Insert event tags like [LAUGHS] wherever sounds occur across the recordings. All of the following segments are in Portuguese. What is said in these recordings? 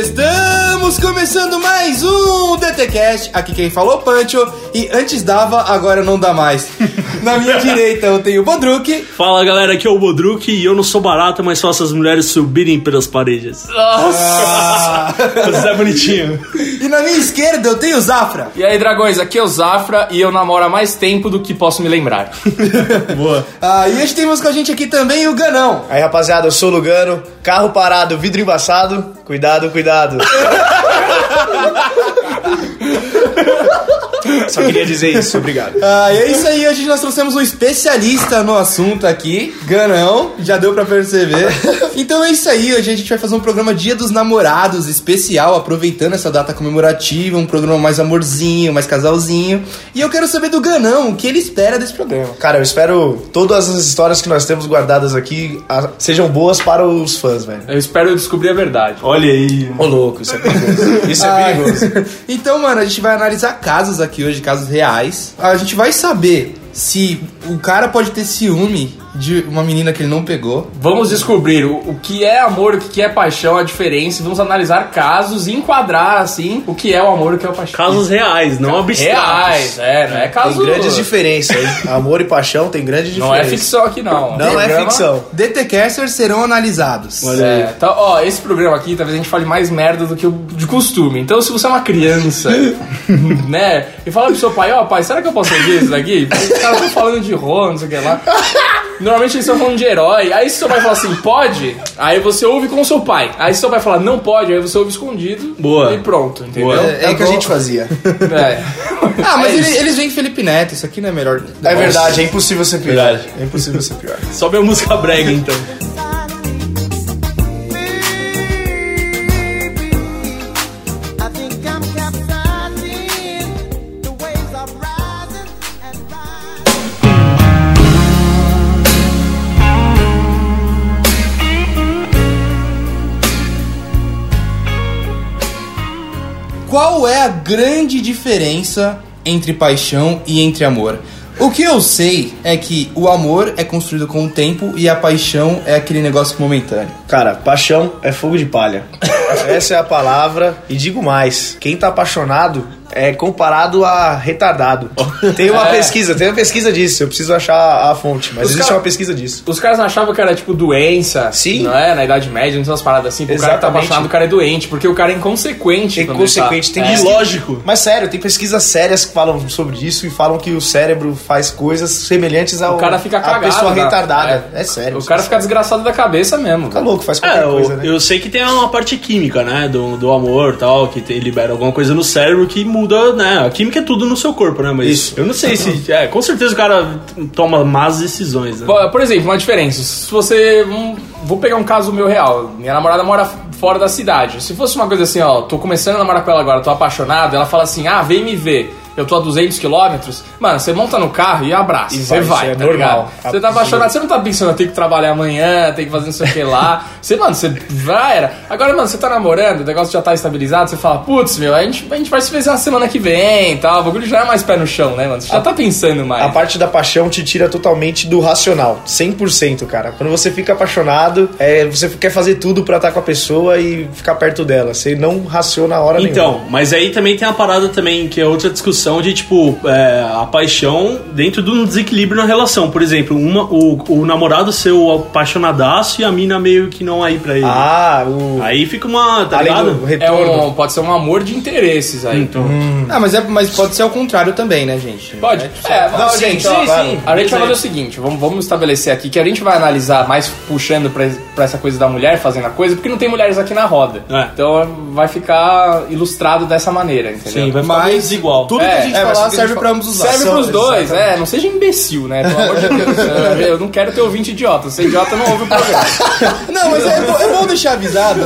Estamos começando mais um DTCast. Aqui quem falou Pancho. E antes dava, agora não dá mais. Na minha direita eu tenho o Bodruk. Fala galera, aqui é o Bodruk e eu não sou barato, mas faço as mulheres subirem pelas paredes. Ah, Você é bonitinho. e na minha esquerda eu tenho o Zafra. E aí, dragões, aqui é o Zafra e eu namoro há mais tempo do que posso me lembrar. Boa. Ah, e hoje temos com a gente aqui também o Ganão. [LAUGHS] Aí, rapaziada, eu sou o Lugano, carro parado, vidro embaçado, cuidado, cuidado. Só queria dizer isso, obrigado. Ah, e é isso aí, hoje nós trouxemos um especialista no assunto aqui, Ganão, já deu pra perceber. [LAUGHS] Então é isso aí, hoje a gente vai fazer um programa Dia dos Namorados especial, aproveitando essa data comemorativa, um programa mais amorzinho, mais casalzinho. E eu quero saber do Ganão, o que ele espera desse programa. Cara, eu espero todas as histórias que nós temos guardadas aqui a- sejam boas para os fãs, velho. Eu espero descobrir a verdade. Olha aí. Ô, louco, isso é perigoso. Isso Ah, é perigoso. [LAUGHS] então, mano, a gente vai analisar casos aqui hoje, casos reais. A gente vai saber se o cara pode ter ciúme de uma menina que ele não pegou. Vamos descobrir o, o que é amor, o que é paixão, a diferença. e Vamos analisar casos e enquadrar, assim, o que é o amor, o que é a paixão. Casos reais, não abstratos. reais, é, não é Tem caso... grandes diferenças, hein? Amor e paixão tem grandes Não é diferenças. ficção aqui, não. Não é Programa- ficção. DTcasters serão analisados. Olha aí. É, então, ó, esse programa aqui, talvez a gente fale mais merda do que o de costume. Então, se você é uma criança, [LAUGHS] né, e fala pro seu pai, ó, pai, será que eu posso ouvir isso daqui? Os caras estão falando de Ron, não sei o que lá. Normalmente eles estão falando de herói. Aí se seu pai falar assim, pode, aí você ouve com o seu pai. Aí se seu pai falar, não pode, aí você ouve escondido. Boa. E pronto, entendeu? Boa. É, é o que a gente fazia. [LAUGHS] É. Ah, mas É ele- isso. eles vêm Felipe Neto, isso aqui não é melhor. É verdade, é impossível ser pior. Verdade. É impossível ser pior. Sobe a música brega então. Qual é a grande diferença entre paixão e entre amor? O que eu sei é que o amor é construído com o tempo e a paixão é aquele negócio momentâneo. Cara, paixão é fogo de palha. Essa é a palavra. E digo mais: quem tá apaixonado é comparado a retardado. Tem uma É. pesquisa, tem uma pesquisa disso. Eu preciso achar a fonte, mas Os existe cara- uma pesquisa disso. Os caras achavam que era tipo doença, Sim. não é? Na Idade Média, não sei umas paradas assim. pô, O cara que tá Exatamente. apaixonado, o cara é doente, porque o cara é inconsequente. quando ele tá- Inconsequente, tem É. que Lógico. Mas sério, tem pesquisas sérias que falam sobre isso e falam que o cérebro faz coisas semelhantes ao O cara fica à cagado, pessoa né? retardada. É, sério. O cara fica desgraçado da cabeça mesmo. fica velho. louco, faz qualquer É, eu, coisa, né? eu sei que tem uma parte química, né? Do, do amor tal, que tem- libera alguma coisa no cérebro que muda, né? A química é tudo no seu corpo, né? Mas Isso. eu não sei se. É, com certeza o cara toma más decisões, né? Bom, Por exemplo, uma diferença. Se você. hum, vou pegar um caso meu real. Minha namorada mora fora da cidade. Se fosse uma coisa assim, ó, tô começando a namorar com ela agora, tô apaixonado, ela fala assim, ah, vem me ver. Eu tô a 200 quilômetros, mano, você monta no carro e abraça. E Você vai, vai, isso é tá normal. ligado? Você tá apaixonado, você não tá pensando, eu tenho que trabalhar amanhã, tem que fazer não sei o que [LAUGHS] lá. Você, mano, você já era. Agora, mano, você tá namorando, o negócio já tá estabilizado, você fala, putz, meu, a gente, a gente vai se ver na semana que vem e tal. O bagulho já é mais pé no chão, né, mano? Você já tá pensando mais. A parte da paixão te tira totalmente do racional, 100%, cara. Quando você fica apaixonado, é, você quer fazer tudo pra estar com a pessoa e ficar perto dela. Você não raciona a hora nenhuma. Então, mas aí também tem a parada também, que é outra discussão de, tipo, é, a paixão dentro de um desequilíbrio na relação. Por exemplo, uma, o, o namorado seu apaixonadaço e a mina meio que não aí pra ele. Ah, o... Aí fica uma, tá além ligado? do É retorno. um, pode ser um amor de interesses aí. Então, Ah, mas, é, mas pode ser ao contrário também, né, gente? Hum. Pode. É, Não, vamos- gente, ó, sim, vai- sim. A gente vai fazer o seguinte, vamos, vamos estabelecer aqui que a gente vai analisar mais puxando pra, pra essa coisa da mulher fazendo a coisa, porque não tem mulheres aqui na roda. É. Então vai ficar ilustrado dessa maneira, entendeu? sim, vai ficar Mas- meio desigual. Tudo que a É, gente é, mas falar tudo que a serve gente pra ambos os lados. Serve São- pros dois, exatamente. é, não seja imbecil, né? Pelo amor de Deus. Eu- Eu não quero ter ouvinte idiota. Se é idiota, não ouve o programa. Não, mas é, bom- é bom deixar [LAUGHS] avisado.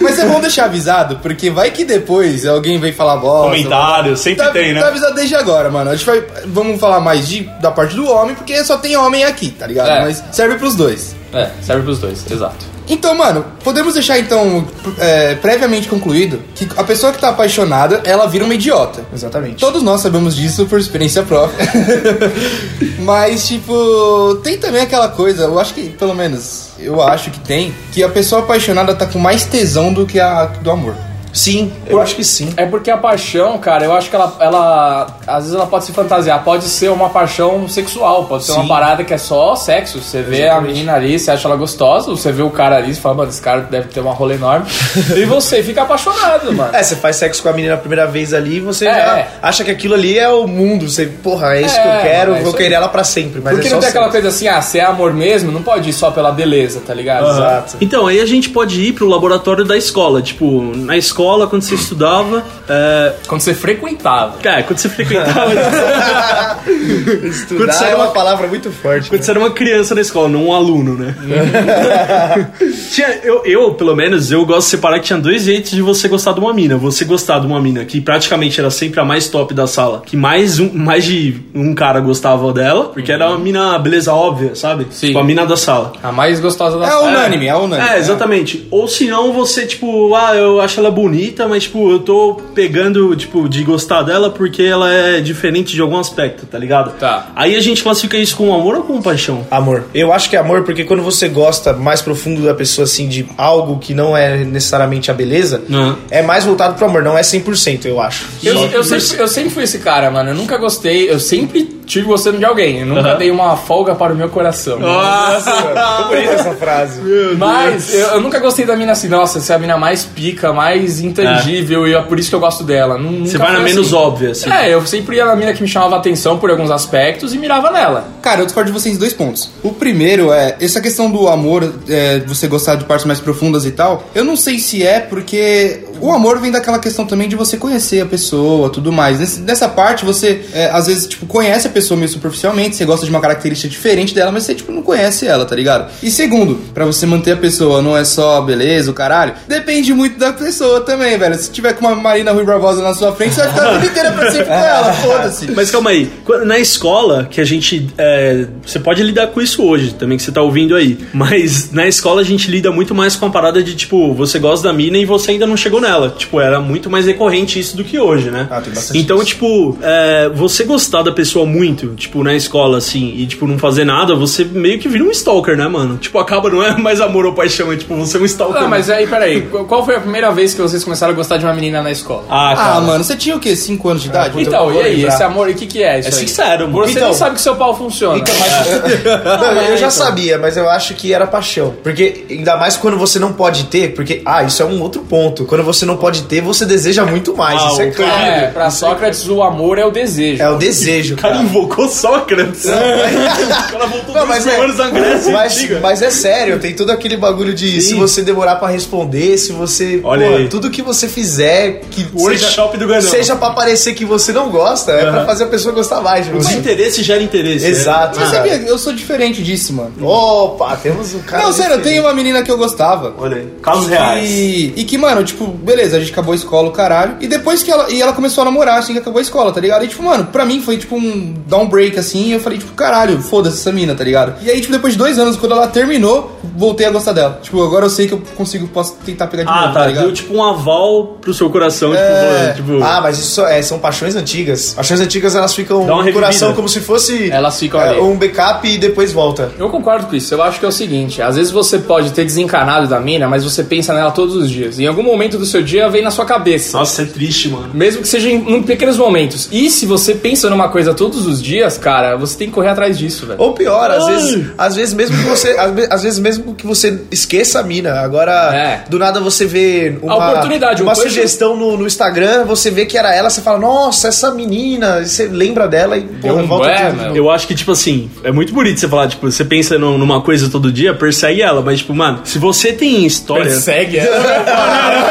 Mas é bom deixar avisado, porque vai que depois alguém vem falar bosta. Comentário, sempre Tá, tem, né? tá avisado desde agora, mano. A gente vai. Vamos falar mais de, da parte do homem, porque só tem homem aqui, tá ligado? É. Mas serve pros dois. É, serve pros dois, exato. Então, mano, podemos deixar então é, previamente concluído que a pessoa que tá apaixonada, ela vira uma idiota. Exatamente. Todos nós sabemos disso por experiência própria. [LAUGHS] Mas, tipo, tem também aquela coisa, eu acho que, pelo menos, eu acho que tem, que a pessoa apaixonada tá com mais tesão do que a do amor. Sim, eu acho que sim. É porque a paixão, cara, eu acho que ela, ela. Às vezes ela pode se fantasiar. Pode ser uma paixão sexual, pode ser uma Sim. parada que é só sexo. Você vê a menina ali, você acha ela gostosa, você vê o cara ali, você fala, mano, esse cara deve ter uma rola enorme. e você fica apaixonado, mano. É, você faz sexo com a menina a primeira vez ali e você É, já é. acha que aquilo ali é o mundo. Você, porra, é isso que É, eu quero, é vou isso querer aí. ela pra sempre. Mas Porque é não só tem aquela sexo. coisa assim, ah, se é amor mesmo, não pode ir só pela beleza, tá ligado? Exato. Então, aí a gente pode ir pro laboratório da escola. Tipo, na escola, quando você estudava, é, Quando você frequentava. cara, quando você frequentava. Estudar Quando você é era uma uma- palavra muito forte. Quando você era uma criança na escola, não um [LAUGHS] aluno, né? tinha, eu, eu, pelo menos, eu gosto de separar que tinha dois jeitos de você gostar de uma mina. Você gostar de uma mina que praticamente era sempre a mais top da sala, que mais, um, mais de um cara gostava dela, porque era uma mina beleza óbvia, sabe? Sim. Tipo, a mina da sala. A mais gostosa da É sala. unânime, é unânime. É, exatamente. Ou se não, você, tipo, ah, eu acho ela bonita, mas, tipo, eu tô pegando, tipo, de gostar dela porque ela é diferente de algum aspecto, tá ligado? Tá. Aí a gente classifica isso com amor ou com paixão? Amor. Eu acho que é amor porque quando você gosta mais profundo da pessoa, assim, de algo que não é necessariamente a beleza, Não. é mais voltado pro amor. Não é 100%, eu acho. Eu, eu, sempre, eu sempre fui esse cara, mano. Eu nunca gostei, eu sempre tive gostando de alguém. Eu nunca Aham. dei uma folga para o meu coração. Nossa, bonita essa frase. Mas eu, eu nunca gostei da mina assim, nossa, essa é a mina mais pica, mais intangível, e é por isso que eu gosto dela. Nu- nunca Você vai na foi menos assim. óbvia, assim. É, eu sempre ia na mina que me chamava atenção por alguns aspectos e mirava nela. Cara, eu discordo de vocês em dois pontos. O primeiro é essa questão do amor, é, você gostar de partes mais profundas e tal. Eu não sei se é porque o amor vem daquela questão também de você conhecer a pessoa, tudo mais. Nesse- nessa parte você é, às vezes tipo conhece a pessoa meio superficialmente, você gosta de uma característica diferente dela, mas você tipo não conhece ela, tá ligado? E segundo, pra você manter a pessoa, não é só beleza, o caralho. Depende muito da pessoa também, velho. Se tiver com uma Marina Rui Barbosa na sua frente, você vai ficar a vida inteira pra sempre com ela, foda-se. Mas calma aí, Quando- na escola que a gente. é, você pode lidar com isso hoje também, que você tá ouvindo aí. Mas na escola a gente lida muito mais com a parada de tipo, você gosta da mina e você ainda não chegou nela. Tipo, era muito mais recorrente isso do que hoje, né? Ah, tem bastante então, isso. tipo, é, você gostar da pessoa muito, tipo, na escola, assim, e tipo, não fazer nada, você meio que vira um stalker, né, mano? Tipo, acaba, não é mais amor ou paixão, é tipo, você é um stalker. Ah, mas aí, peraí, qu- qual foi a primeira vez que vocês começaram a gostar de uma menina na escola? Ah, cara. Ah, mano, você tinha o quê? 5 anos de idade? Então, e vou aí, lembrar. esse amor, o que que é isso É aí? sincero, mano. Você Então- nem sabe que seu pau funciona. Não, eu já sabia, mas eu acho que era paixão. Porque, ainda mais quando você não pode ter, porque, ah, isso é um outro ponto. Quando você não pode ter, você deseja muito mais. Ah, isso é o claro. É, pra Sócrates o amor é o desejo. É o desejo, O cara cara. invocou Sócrates. o cara voltou Não, dois mas, mil anos na é, Grécia mas, antiga. mas é sério, tem todo aquele bagulho de se você demorar pra responder, se você. Olha aí. tudo que você fizer que O workshop do Ganão. seja pra parecer que você não gosta, é pra Aham. fazer a pessoa gostar mais de Mas você. interesse gera interesse. né? Exato. Mas cara. sabia, eu sou diferente disso, mano. Opa, temos um cara. não, sério, eu diferente. tenho uma menina que eu gostava. Olha aí, casos reais. E, e que, mano, tipo, beleza, a gente acabou a escola, o caralho. E depois que ela, e ela começou a namorar, assim, que acabou a escola, tá ligado? E, tipo, mano, pra mim foi, tipo, um down break, assim. E eu falei, tipo, caralho, foda-se essa mina, tá ligado? E aí, tipo, depois de dois anos, quando ela terminou, voltei a gostar dela. Tipo, agora eu sei que eu consigo, posso tentar pegar de Ah, novo, tá. ligado? Deu tipo um aval pro seu coração, É. tipo, mano, tipo. Ah, mas isso é, são paixões antigas. Paixões antigas elas ficam Dá uma no coração revivida. como se fosse Elas ficam é, ali. um backup e depois volta. Eu concordo com isso. Eu acho que é o seguinte: às vezes você pode ter desencanado da mina, mas você pensa nela todos os dias. Em algum momento do seu dia vem na sua cabeça. Nossa, é triste, mano. Mesmo que seja em, em pequenos momentos. E se você pensa numa coisa todos os dias, cara, você tem que correr atrás disso, velho. Ou pior, às Ai. vezes, às vezes mesmo que você, às ve- às vezes mesmo que você esqueça a mina, agora É. do nada você vê uma oportunidade, uma uma coisa- sugestão no, no Instagram, você vê que era ela, você fala: "Nossa, essa menina", e você lembra dela e porra, um volta bué, tudo. de meu. novo. Eu acho que, tipo assim, é muito bonito você falar, tipo, você pensa num- numa coisa todo dia, persegue ela, mas, tipo, mano, se você tem história. [LAUGHS] Persegue ela.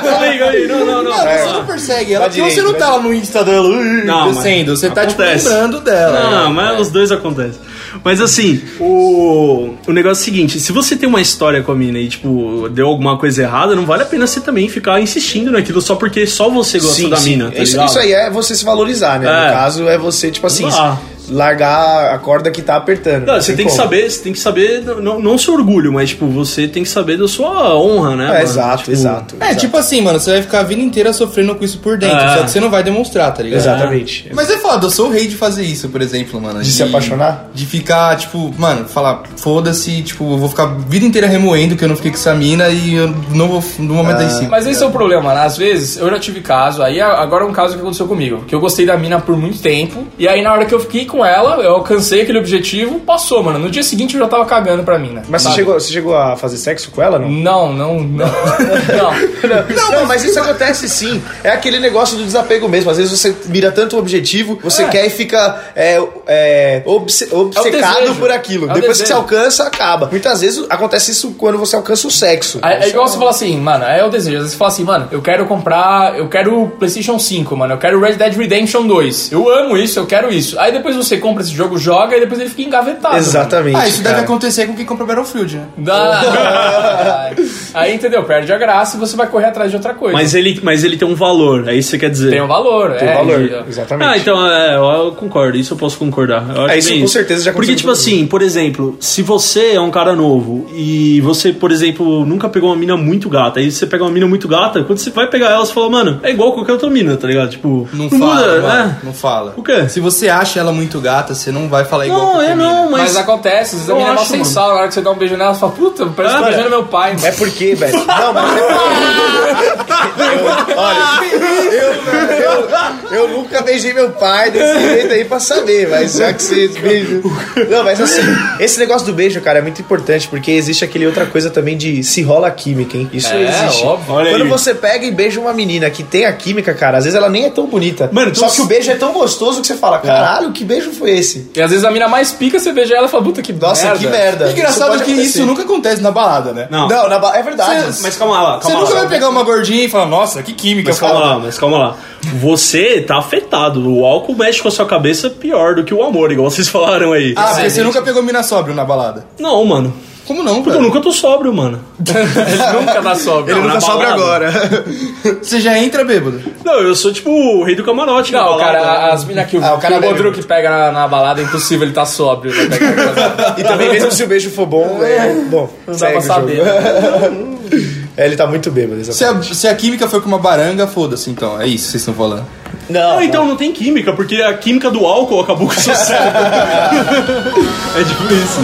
Comigo aí, não, não, não. Não, É. você não persegue ela, Vai porque você direito, não vai tá lá no Insta dela, "Ui", Não, mas descendo. Você tá, tipo, acontece. lembrando dela. Não, É. mas os dois acontecem. Mas assim, o, o negócio é o seguinte: se você tem uma história com a mina e, tipo, deu alguma coisa errada, não vale a pena você também ficar insistindo naquilo só porque só você gosta da mina. Tá isso, ligado? isso aí é você se valorizar, né? É. No caso, é você, tipo assim. Ah. se- largar a corda que tá apertando. Não, Não você tem tem que como. saber, você tem que saber, não, não seu orgulho, mas tipo, você tem que saber da sua honra, né? É, mano? exato, Tipo, exato. É, exato. tipo assim, mano, você vai ficar a vida inteira sofrendo com isso por dentro, Ah. É. só que você não vai demonstrar, tá ligado? Exatamente. Mas é foda, eu sou o rei de fazer isso, por exemplo, mano. De se apaixonar? De ficar, tipo, mano, falar, foda-se, tipo, eu vou ficar a vida inteira remoendo que eu não fiquei com essa mina e eu não vou no momento Ah. aí sim. Mas esse é o problema, né? Às vezes eu já tive caso, aí a- agora é um caso que aconteceu comigo, que eu gostei da mina por muito tempo, e aí na hora que eu fiquei com ela, eu alcancei aquele objetivo, passou, mano. No dia seguinte eu já tava cagando pra mina. Mas você sabe? chegou, você chegou a fazer sexo com ela, não? Não, não, não. [LAUGHS] não. Não, mas, isso acontece sim. É aquele negócio do desapego mesmo. Às vezes você mira tanto o objetivo, você quer e fica é, é, obce- obcecado desejo. por aquilo. É o Depois que desejo. você alcança, acaba. Muitas vezes acontece isso quando você alcança o sexo. É, é igual você falar assim, mano, é o desejo. Às vezes você fala assim, mano, eu quero comprar, eu quero PlayStation 5, mano, eu quero Red Dead Redemption 2. Eu amo isso, eu quero isso. Aí depois você compra esse jogo, joga e depois ele fica engavetado. Exatamente. Ah, isso deve cara. acontecer com quem compra Battlefield, né? mano. Dá- [LAUGHS] aí entendeu? Perde a graça e você vai correr atrás de outra coisa. Mas ele, mas ele tem um valor, é isso que você quer dizer. tem um valor, Tem é. valor. entendeu? Exatamente. Ah, então, é, eu concordo, isso eu posso concordar. Eu acho É, isso bem com certeza já Porque, aconteceu tipo comigo. assim, por exemplo, se você é um cara novo e você, por exemplo, nunca pegou uma mina muito gata, aí você pega uma mina muito gata, quando você vai pegar ela, você fala, mano, é igual qualquer outra mina, tá ligado? Tipo, Não, fala, muda, mano, né? não fala. O quê? Se você acha ela muito gata, você não vai falar igual Não, qualquer é mina. não, Mas, mas... acontece, às vezes a Eu menina é mó acho, sensual, na hora que você dá um beijo nela, você fala, puta, parece que Ah, tá beijando meu pai. É porque, velho. Não, mas. é Eu- olha, eu, eu, eu nunca beijei meu pai desse jeito aí pra saber, mas já que vocês beijam. Não, mas assim, esse negócio do beijo, cara, é muito importante, porque existe aquele outra coisa também de se rola a química, hein? Isso É, existe. óbvio. Olha Quando aí. você pega e beija uma menina que tem a química, cara, às vezes ela nem é tão bonita. Mano, então só se- que o beijo é tão gostoso que você fala, caralho, que beijo foi esse? E às vezes a mina mais pica, você beija ela e fala, puta que Nossa, merda. que merda. Engraçado pode que acontecer. isso nunca acontece na balada, né? Não, Não, na ba- é verdade. mas calma lá, calma Você lá. nunca vai pegar uma gordinha e falar, nossa, que química. Mas calma lá, mas calma lá. Você tá afetado. O álcool mexe com a sua cabeça pior do que o amor, igual vocês falaram aí. Ah, porque você nunca pegou mina sóbrio na balada. Não, mano. Como não, Porque eu cara? nunca tô sóbrio, mano. Ele [LAUGHS] nunca dá sobra. Ele Não, nunca na sobra balada. agora. Você já entra bêbado. Não, eu sou tipo o rei do camarote. na Não, balada. né? cara, as minas que o, Ah, o cara que o bebe Godru que pega na, na balada é impossível, ele tá sóbrio. pra pegar aquela coisa. E também, mesmo se o beijo for bom, é. Bom, Não dá segue pra o jogo. saber. né? É, ele tá muito bêbado, Se exatamente. a, se a química foi com uma baranga, foda-se então. É isso que vocês estão falando. Não, Não, então não tem química, porque a química do álcool acabou com o seu [LAUGHS] cérebro. é tipo isso.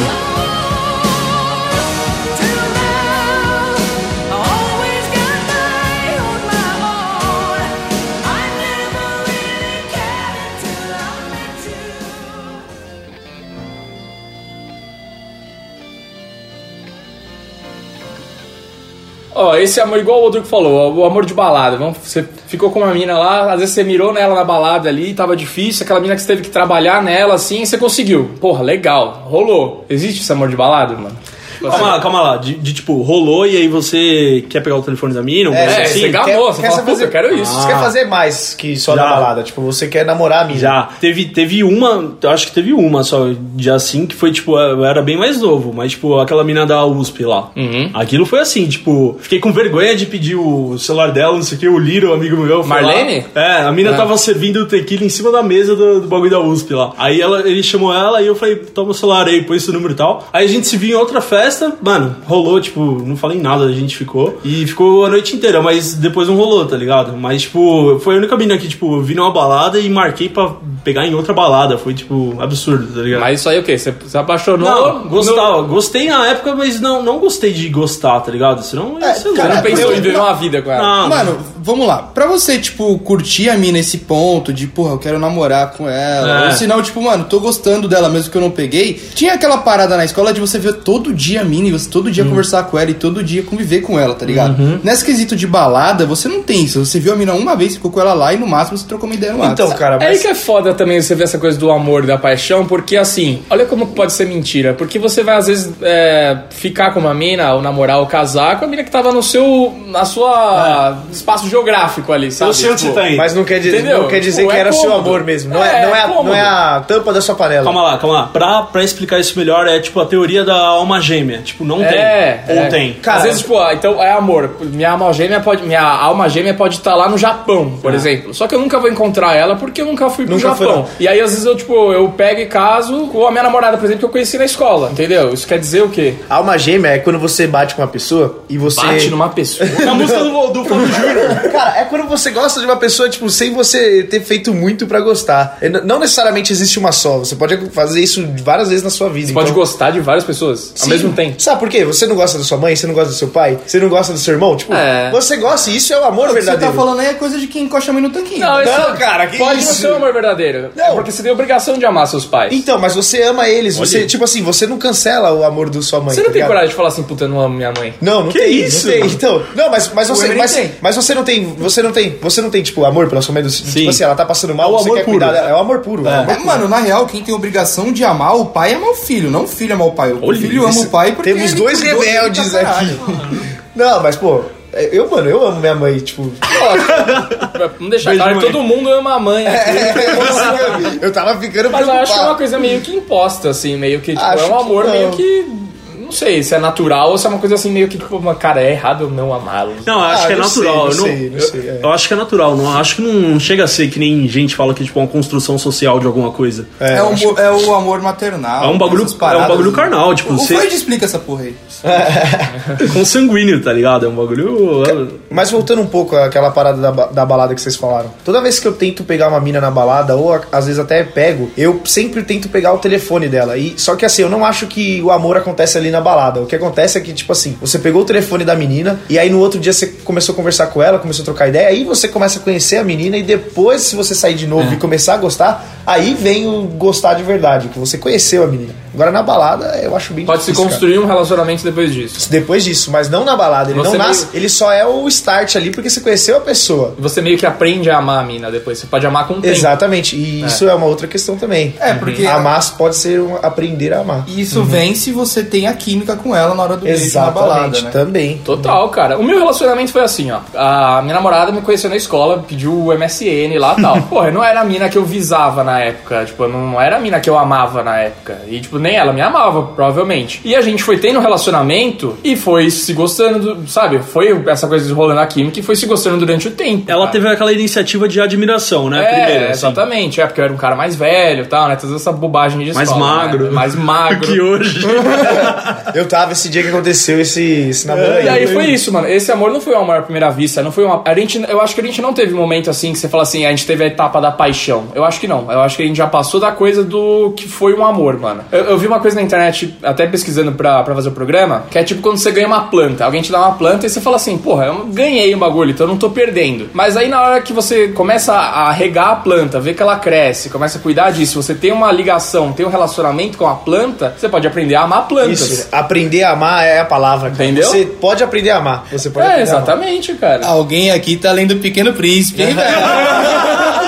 Ó, esse amor, igual o Rodrigo falou, ó, o amor de balada. Vamos, você ficou com uma mina lá, às vezes você mirou nela na balada ali, tava difícil, aquela mina que você teve que trabalhar nela, assim, e você conseguiu. Porra, legal, rolou. Existe esse amor de balada, mano? Calma lá, calma lá. De, de, tipo, rolou e aí você quer pegar o telefone da mina? alguma É, coisa É, assim? você gamou, você fala, puta, fazer- eu quero isso. Você quer fazer mais que só na Já. balada. Tipo, você quer namorar a mina. Já. Teve, teve uma, eu acho que teve uma só de assim, que foi tipo, eu era bem mais novo, mas tipo, aquela mina da USP lá. Uhum. Aquilo foi assim, tipo, fiquei com vergonha de pedir o celular dela, não sei o que, o Liro, amigo meu. foi Marlene? lá. É, a mina tava servindo tequila em cima da mesa do, do bagulho da USP lá. Aí ela, ele chamou ela e eu falei, toma o celular aí, põe esse número e tal. Aí a gente se viu em outra festa, mano, rolou, tipo, não falei nada, a gente ficou. E ficou a noite inteira, mas depois não rolou, tá ligado? Mas, tipo, foi a única mina que, tipo, eu vi numa balada e marquei pra pegar em outra balada. Foi, tipo, absurdo, tá ligado? Mas isso aí é o quê? Você se apaixonou? Não, no- gostava. Gostei na época, mas não, não gostei de gostar, tá ligado? Senão, É, sei lá. cara, Não pensou Eu- em viver uma vida com ela? Ah, Não, Mano, vamos lá. Pra você, tipo, curtir a mina nesse ponto de, porra, eu quero namorar com ela. É. Ou sinal, tipo, mano, tô gostando dela mesmo que eu não peguei. Tinha aquela parada na escola de você ver todo dia a mina e você todo Uhum. dia conversar com ela e todo dia conviver com ela, tá ligado? Nesse quesito de balada, você não tem isso. Você viu a mina uma vez, ficou com ela lá e no máximo você trocou uma ideia no Então, WhatsApp. cara, É aí mas. que é foda também você ver essa coisa do amor, da paixão, porque assim, olha como pode ser mentira. Porque você vai, às vezes, é, ficar com uma mina, ou namorar, ou casar com a mina que tava no seu. na sua. É. espaço geográfico ali, sabe? eu sei onde você Tipo, tá indo. Mas não quer dizer, Entendeu? não quer dizer Tipo, que é era seu cômodo. amor mesmo. Não é, É, não, é a, cômodo. não é a tampa da sua panela. Calma lá, calma lá. Pra, pra explicar isso melhor, é tipo a teoria da alma gêmea. gêmea. Tipo, não É, tem. Ou é. tem. Cara, Às vezes, tipo, ah, então é amor. Minha alma gêmea pode, minha alma gêmea pode estar lá no Japão, por exemplo. Só que eu nunca vou encontrar ela porque eu nunca fui pro É. Nunca foi Japão. lá. e aí, às vezes, eu, tipo, eu pego e caso com a minha namorada, por exemplo, que eu conheci na escola, entendeu? Isso quer dizer o quê? Alma gêmea é quando você bate com uma pessoa e você. Bate numa pessoa. Na música do, do Fábio Júnior. [LAUGHS] Cara, é quando você gosta de uma pessoa, tipo, sem você ter feito muito pra gostar. E n- Não necessariamente existe uma só. Você pode fazer isso várias vezes na sua vida. Você pode então- gostar de várias pessoas ao Sim. mesmo tempo. Sabe por quê? Você não gosta da sua mãe, você não gosta do seu pai, você não gosta do seu irmão. Tipo, É. você gosta e isso é o amor Você verdadeiro. tá falando aí é coisa de quem encosta a mãe no tanquinho. Não, cara, que pode isso? não ser o amor verdadeiro. Não. É porque você tem a obrigação de amar seus pais. Então, mas você ama eles. Você, aí. tipo assim, você não cancela o amor da sua mãe. você tá não tem ligado? coragem de falar assim, puta, eu não amo minha mãe. Não, não Que tem. isso? Não tem. Então, não, mas, mas você, Eminem mas, tem. mas você não tem, você não tem, você não tem tipo amor pela sua mãe, do- tipo assim, ela tá passando mal, É o você amor quer puro. cuidar dela. É o amor puro. É. o amor É, mano, na real, quem tem obrigação de amar o pai ama o filho, não o filho ama o pai. O Olha filho ama isso. o pai porque. Temos ele dois cuidou dele pra rebeldes caralho. aqui. [LAUGHS] Não, mas pô, é, eu, mano, eu amo minha mãe, tipo, [LAUGHS] [LAUGHS] Vamos deixar Beijo, claro que mãe. todo mundo ama a mãe. É, eu tava ficando Mas eu acho que é uma preocupado. coisa meio que imposta, assim, meio que, tipo, Acho é um amor que não. meio que. Não sei se é natural ou se é uma coisa assim, meio que, tipo, uma, cara, é errado eu não amá-los. Não, eu acho Ah, que é não natural. sei, não eu sei, não eu- sei, é. eu acho que é natural. Não, acho que não chega a ser que nem gente fala que tipo, é uma construção social de alguma coisa. É, o, mo- é o amor maternal. É um bagulho, essas é paradas. um né? bagulho carnal, tipo, O Freud você explica essa porra aí. [LAUGHS] consanguíneo, tá ligado? É um bagulho. Mas voltando um pouco àquela parada da, ba- da balada que vocês falaram. Toda vez que eu tento pegar uma mina na balada, ou a- às vezes até pego, eu sempre tento pegar o telefone dela. E Só que assim, eu não acho que o amor acontece ali na balada. O que acontece é que, tipo assim, você pegou o telefone da menina, e aí no outro dia você começou a conversar com ela, começou a trocar ideia, aí você começa a conhecer a menina, e depois, se você sair de É. novo e começar a gostar, aí vem o gostar de verdade, que você conheceu a menina. Agora na balada, eu acho bem Pode se difícil, cara. construir um relacionamento depois disso. Depois disso, mas não na balada. Ele Você não meio- nasce, ele só é o start ali porque você conheceu a pessoa. Você meio que aprende a amar a mina depois. Você pode amar com o tempo. Exatamente. E isso é uma outra questão também. É, Uhum. porque- Amar pode ser um aprender a amar. E Uhum. isso vem se você tem a química com ela na hora do beijo na balada, Exatamente, Então- né? também. Total, cara. O meu relacionamento foi assim, ó. A minha namorada me conheceu na escola, pediu o MSN lá [LAUGHS] e tal. Porra, eu não era a mina que eu visava na época. Tipo, eu não era a mina que eu amava na época. E, tipo, nem ela me amava, provavelmente. E a gente foi tendo um relacionamento e foi se gostando, do- sabe? Foi essa coisa rolando a química e foi se gostando durante o tempo. Ela cara. teve aquela iniciativa de admiração, né? É, Primeiro, assim. exatamente. É, porque eu era um cara mais velho e tal, né? Toda essa bobagem de Mais escola, né? magro. Mais magro. [LAUGHS] Que hoje. Eu tava esse dia que aconteceu esse, esse namoro aí. E aí foi isso, mano. Esse amor não foi um amor à primeira vista, não foi uma. A gente, eu acho que a gente não teve um momento assim que você fala assim, a gente teve a etapa da paixão. Eu acho que não. Eu acho que a gente já passou da coisa do que foi um amor, mano. Eu, eu vi uma coisa na internet, até pesquisando pra, pra fazer o programa, que é tipo quando você ganha uma planta. Alguém te dá uma planta e você fala assim, porra, eu ganhei um bagulho, então eu não tô perdendo. Mas aí na hora que você começa a regar a planta, ver que ela cresce, começa a cuidar disso, você tem uma ligação, tem um relacionamento com a planta, você pode aprender a amar plantas. Isso. Aprender a amar é a palavra, cara. Entendeu? Você pode aprender a amar. Você pode É, aprender a amar. exatamente, cara. Alguém aqui tá lendo Pequeno Príncipe, [LAUGHS] hein, velho?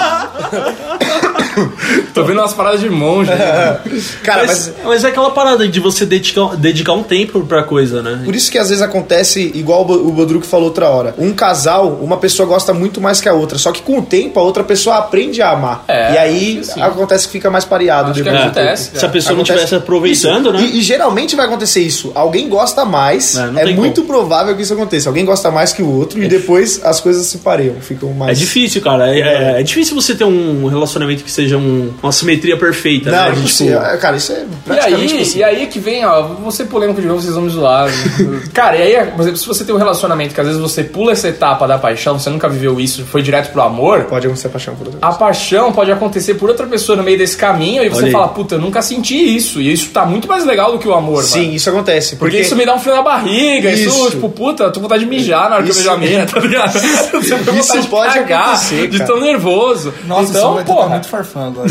Tô vendo umas paradas de [LAUGHS] monge. É, né? [LAUGHS] Cara, mas... Mas, mas é aquela parada de você dedicar, dedicar um tempo pra coisa, né? Por isso que às vezes acontece, igual o Bo- o Bodruco falou outra hora, um casal, uma pessoa gosta muito mais que a outra, só que com o tempo a outra pessoa aprende a amar. É, e aí acho que sim. acontece que fica mais pareado. Acho que depois do tempo. acontece, É, é. Se a pessoa não Acontece- estivesse aproveitando, Isso. né? E, e geralmente vai acontecer isso. Alguém gosta mais, É, não é, tem muito provável que isso aconteça. Alguém gosta mais que o outro e depois as coisas se pareiam, ficam mais. É difícil, cara. É, é- é difícil você ter um relacionamento que seja um- uma simetria perfeita, Não, né? é Tipo, impossível. cara, isso é E praticamente aí, impossível. e aí que vem, ó, você polêmico de novo, vocês vão me zoar. né? [LAUGHS] Cara, e aí, por exemplo, se você tem um relacionamento que às vezes você pula essa etapa da paixão, você nunca viveu isso, foi direto pro amor, Pode acontecer paixão por outra. a paixão pode acontecer por outra pessoa no meio desse caminho e você Olha aí. fala, puta, eu nunca senti isso. E isso tá muito mais legal do que o amor, Sim, mano. isso acontece. Porque, Porque, isso me dá um frio na barriga, isso, Isso. tipo, puta, eu tô com vontade de mijar na hora Isso. que eu vejo a mina, tá [LAUGHS] ligado? Você tem Isso vontade de pode cagar, acontecer, de cara. é tão nervoso. Nossa, isso então, vai tá porra, muito farfã agora.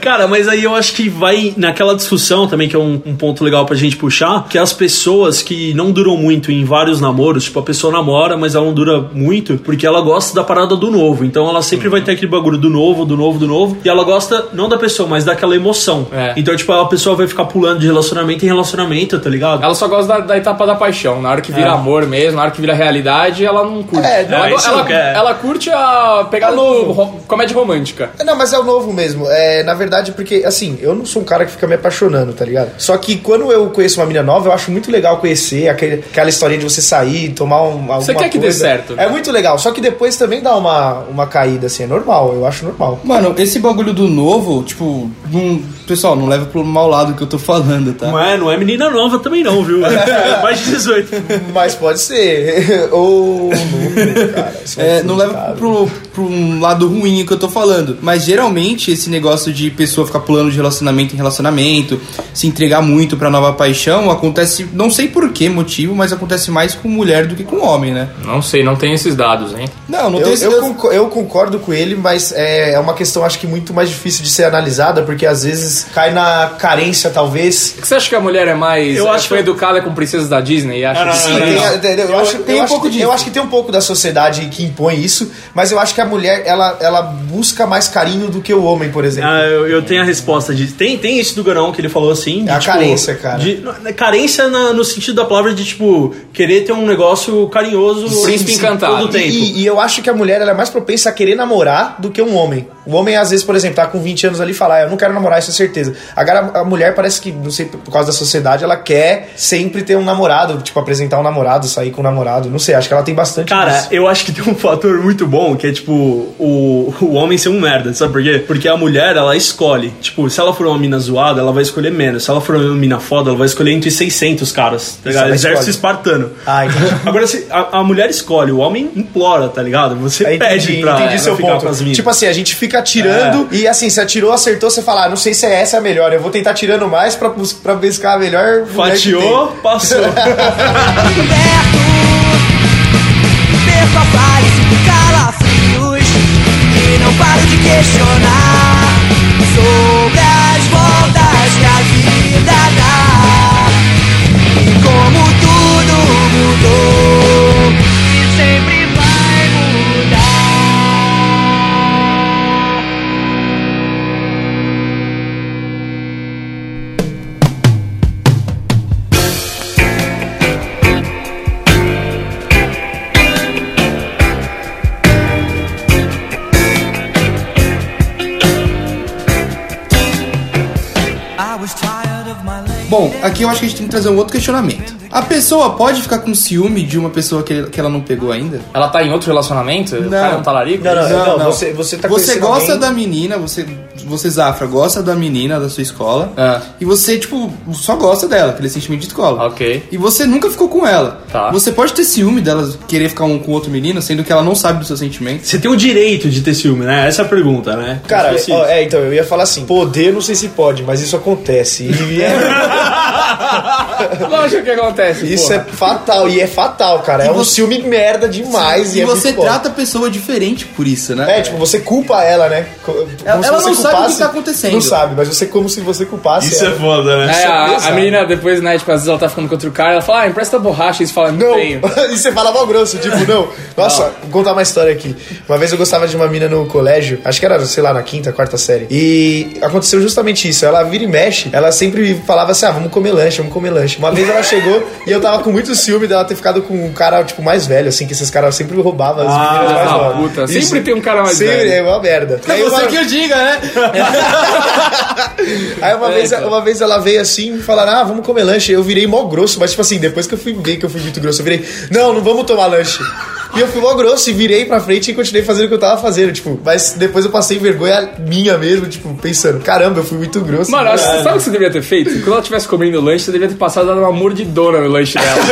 Cara, mas aí eu acho que vai naquela discussão também, que é um, um ponto legal pra gente puxar, que as pessoas que não duram muito em vários namoros, tipo, a pessoa namora, mas ela não dura muito, porque ela gosta da parada do novo. Então ela sempre vai ter aquele bagulho do novo, do novo, do novo. E ela gosta não da pessoa, mas daquela emoção. É. Então, tipo, a pessoa vai ficar pulando de relacionamento em relacionamento, tá ligado? Ela só gosta da, da etapa da paixão. Na hora que vira amor mesmo, na hora que vira realidade, ela não curte. É, ela, é, isso ela, eu quero. ela curte a pegada do ro- comédia romântica. Não, mas é o novo mesmo. mesmo. É, na verdade, porque, assim, eu não sou um cara que fica me apaixonando, tá ligado? Só que quando eu conheço uma mina nova, eu acho muito legal conhecer aquele, aquela historinha de você sair, tomar um, alguma Você quer que dê coisa. certo, né? É muito legal. Só que depois também dá uma, uma caída, assim. É normal, eu acho normal. Mano, esse bagulho do novo, tipo, não- pessoal, não leva pro mau lado que eu tô falando, tá? Não é, não é menina nova também não, viu? É Mais de 18. Mas pode ser. [LAUGHS] Ou. não, cara. Isso [LAUGHS] É, é não leva complicado. pro, pro um lado ruim que eu tô falando. Mas geralmente esse negócio de pessoa ficar pulando de relacionamento em relacionamento, se entregar muito pra nova paixão, acontece, não sei por que motivo, mas acontece mais com mulher do que com homem, né? Não sei, não tem esses dados, hein? Não, não Eu, tem eu conco- eu concordo com ele, mas é, é uma questão acho que muito mais difícil de ser analisada, porque às vezes cai na carência, talvez. Você acha que a mulher é mais. Eu é, acho foi que- educada com princesas da Disney e acha Ah, não, que não, Sim, não, tem- não. tem- eu, Eu- acho, tem eu um acho pouco que- disso. eu acho que tem um pouco da sociedade que impõe isso, mas eu acho que a mulher ela, ela busca mais carinho do que o homem, por exemplo. Ah, eu, eu tenho a resposta de. Tem, tem isso do Garão que ele falou assim. de, É a carência, cara. de- na- carência na- no sentido da palavra de, tipo, querer ter um negócio carinhoso Príncipe encantado. todo o tempo. E, e eu acho que a mulher ela é mais propensa a querer namorar do que um homem. O homem, às vezes, por exemplo, tá com 20 anos ali e fala, "Ah, eu não quero namorar, isso é certeza. Agora, a mulher parece que, não sei, por causa da sociedade, ela quer sempre ter um namorado, tipo, apresentar um namorado, sair com um namorado. Não sei, acho que ela tem bastante Cara, disso. eu acho que tem um fator muito bom que é, tipo, o, o homem ser um merda, sabe por quê? Porque a mulher, ela escolhe. Tipo, se ela for uma mina zoada, ela vai escolher menos. Se ela for uma mina foda, ela vai escolher entre 600 caras, tá ligado? ela Exército escolhe. espartano. Ah, entendi. Agora, se a, a mulher escolhe, o homem implora, tá ligado? Você Aí pede pra Ah, entendi ela seu ficar ponto. com as minas. Tipo assim, a gente fica atirando e assim, se atirou, acertou, você fala, ah, não sei se é essa a melhor, eu vou tentar atirando mais pra, bus- pra buscar a melhor. mulher que Fatiou, passou. Liberto, perco a paz e calafrios E não paro de questionar Sobre as voltas que a vida dá E como tudo mudou E sempre vai mudar I was tired of my lady Bom, aqui eu acho que a gente tem que trazer um outro questionamento. A pessoa pode ficar com ciúme de uma pessoa que, que ela não pegou ainda? Ela tá em outro relacionamento? O Não. cara é um talarico? Não, não. você- você tá conhecendo gosta alguém- da menina, você, você Zafra, gosta da menina da sua escola. Ah. É. E você, tipo, só gosta dela, aquele sentimento de escola. Ah, Ok. E você nunca ficou com ela. Tá. Você pode ter ciúme dela querer ficar um com outro menino, sendo que ela não sabe do seu sentimento. [LAUGHS] Você tem o direito de ter ciúme, né? Essa é a pergunta, né? Cara, Você- ó, é, então, eu ia falar assim, poder não sei se pode, mas isso acontece. E é- Lógico que acontece. isso é porra. fatal, e é fatal, cara. é um você- ciúme merda demais. E, e é você muito foda. trata a pessoa diferente por isso, né? É, tipo, você culpa ela, né? Co- como Ela- se ela você não sabe o que culpasse- tá acontecendo. Não sabe, mas você como se você culpasse Isso é ela. foda, né? É, a, a bizarro. menina depois, né, tipo, às vezes ela tá ficando com outro cara, ela fala, ah, empresta borracha, e você fala, não Não. tenho. [LAUGHS] e você fala mal grosso, tipo, não. Nossa, vou contar uma história aqui. Uma vez eu gostava de uma mina no colégio, acho que era, sei lá, na quinta, quarta série. E aconteceu justamente isso. Ela vira e mexe, ela sempre falava assim: ah, vamos comer lanche, vamos comer lanche. Uma vez ela chegou e eu tava com muito ciúme dela ter ficado com um cara, tipo, mais velho, assim, que esses caras sempre roubavam as Ah, meninas mais ah, novas. puta, sempre tem um cara mais sempre, velho. É uma merda. Aí É uma- você que eu diga, né? Aí uma, vez, cara. uma vez ela veio assim me falaram, ah, vamos comer lanche. Eu virei mó grosso, mas tipo assim, depois que eu fui ver que eu fui muito grosso, eu virei, não, não vamos tomar lanche. E eu fui mó grosso e virei pra frente e continuei fazendo o que eu tava fazendo, tipo, mas depois eu passei vergonha minha mesmo, tipo, pensando, caramba, eu fui muito grosso. É Mano, acho- sabe o que você deveria ter feito? Quando ela estivesse comendo lanche, você deveria ter passado e dado uma mordidona no lanche dela.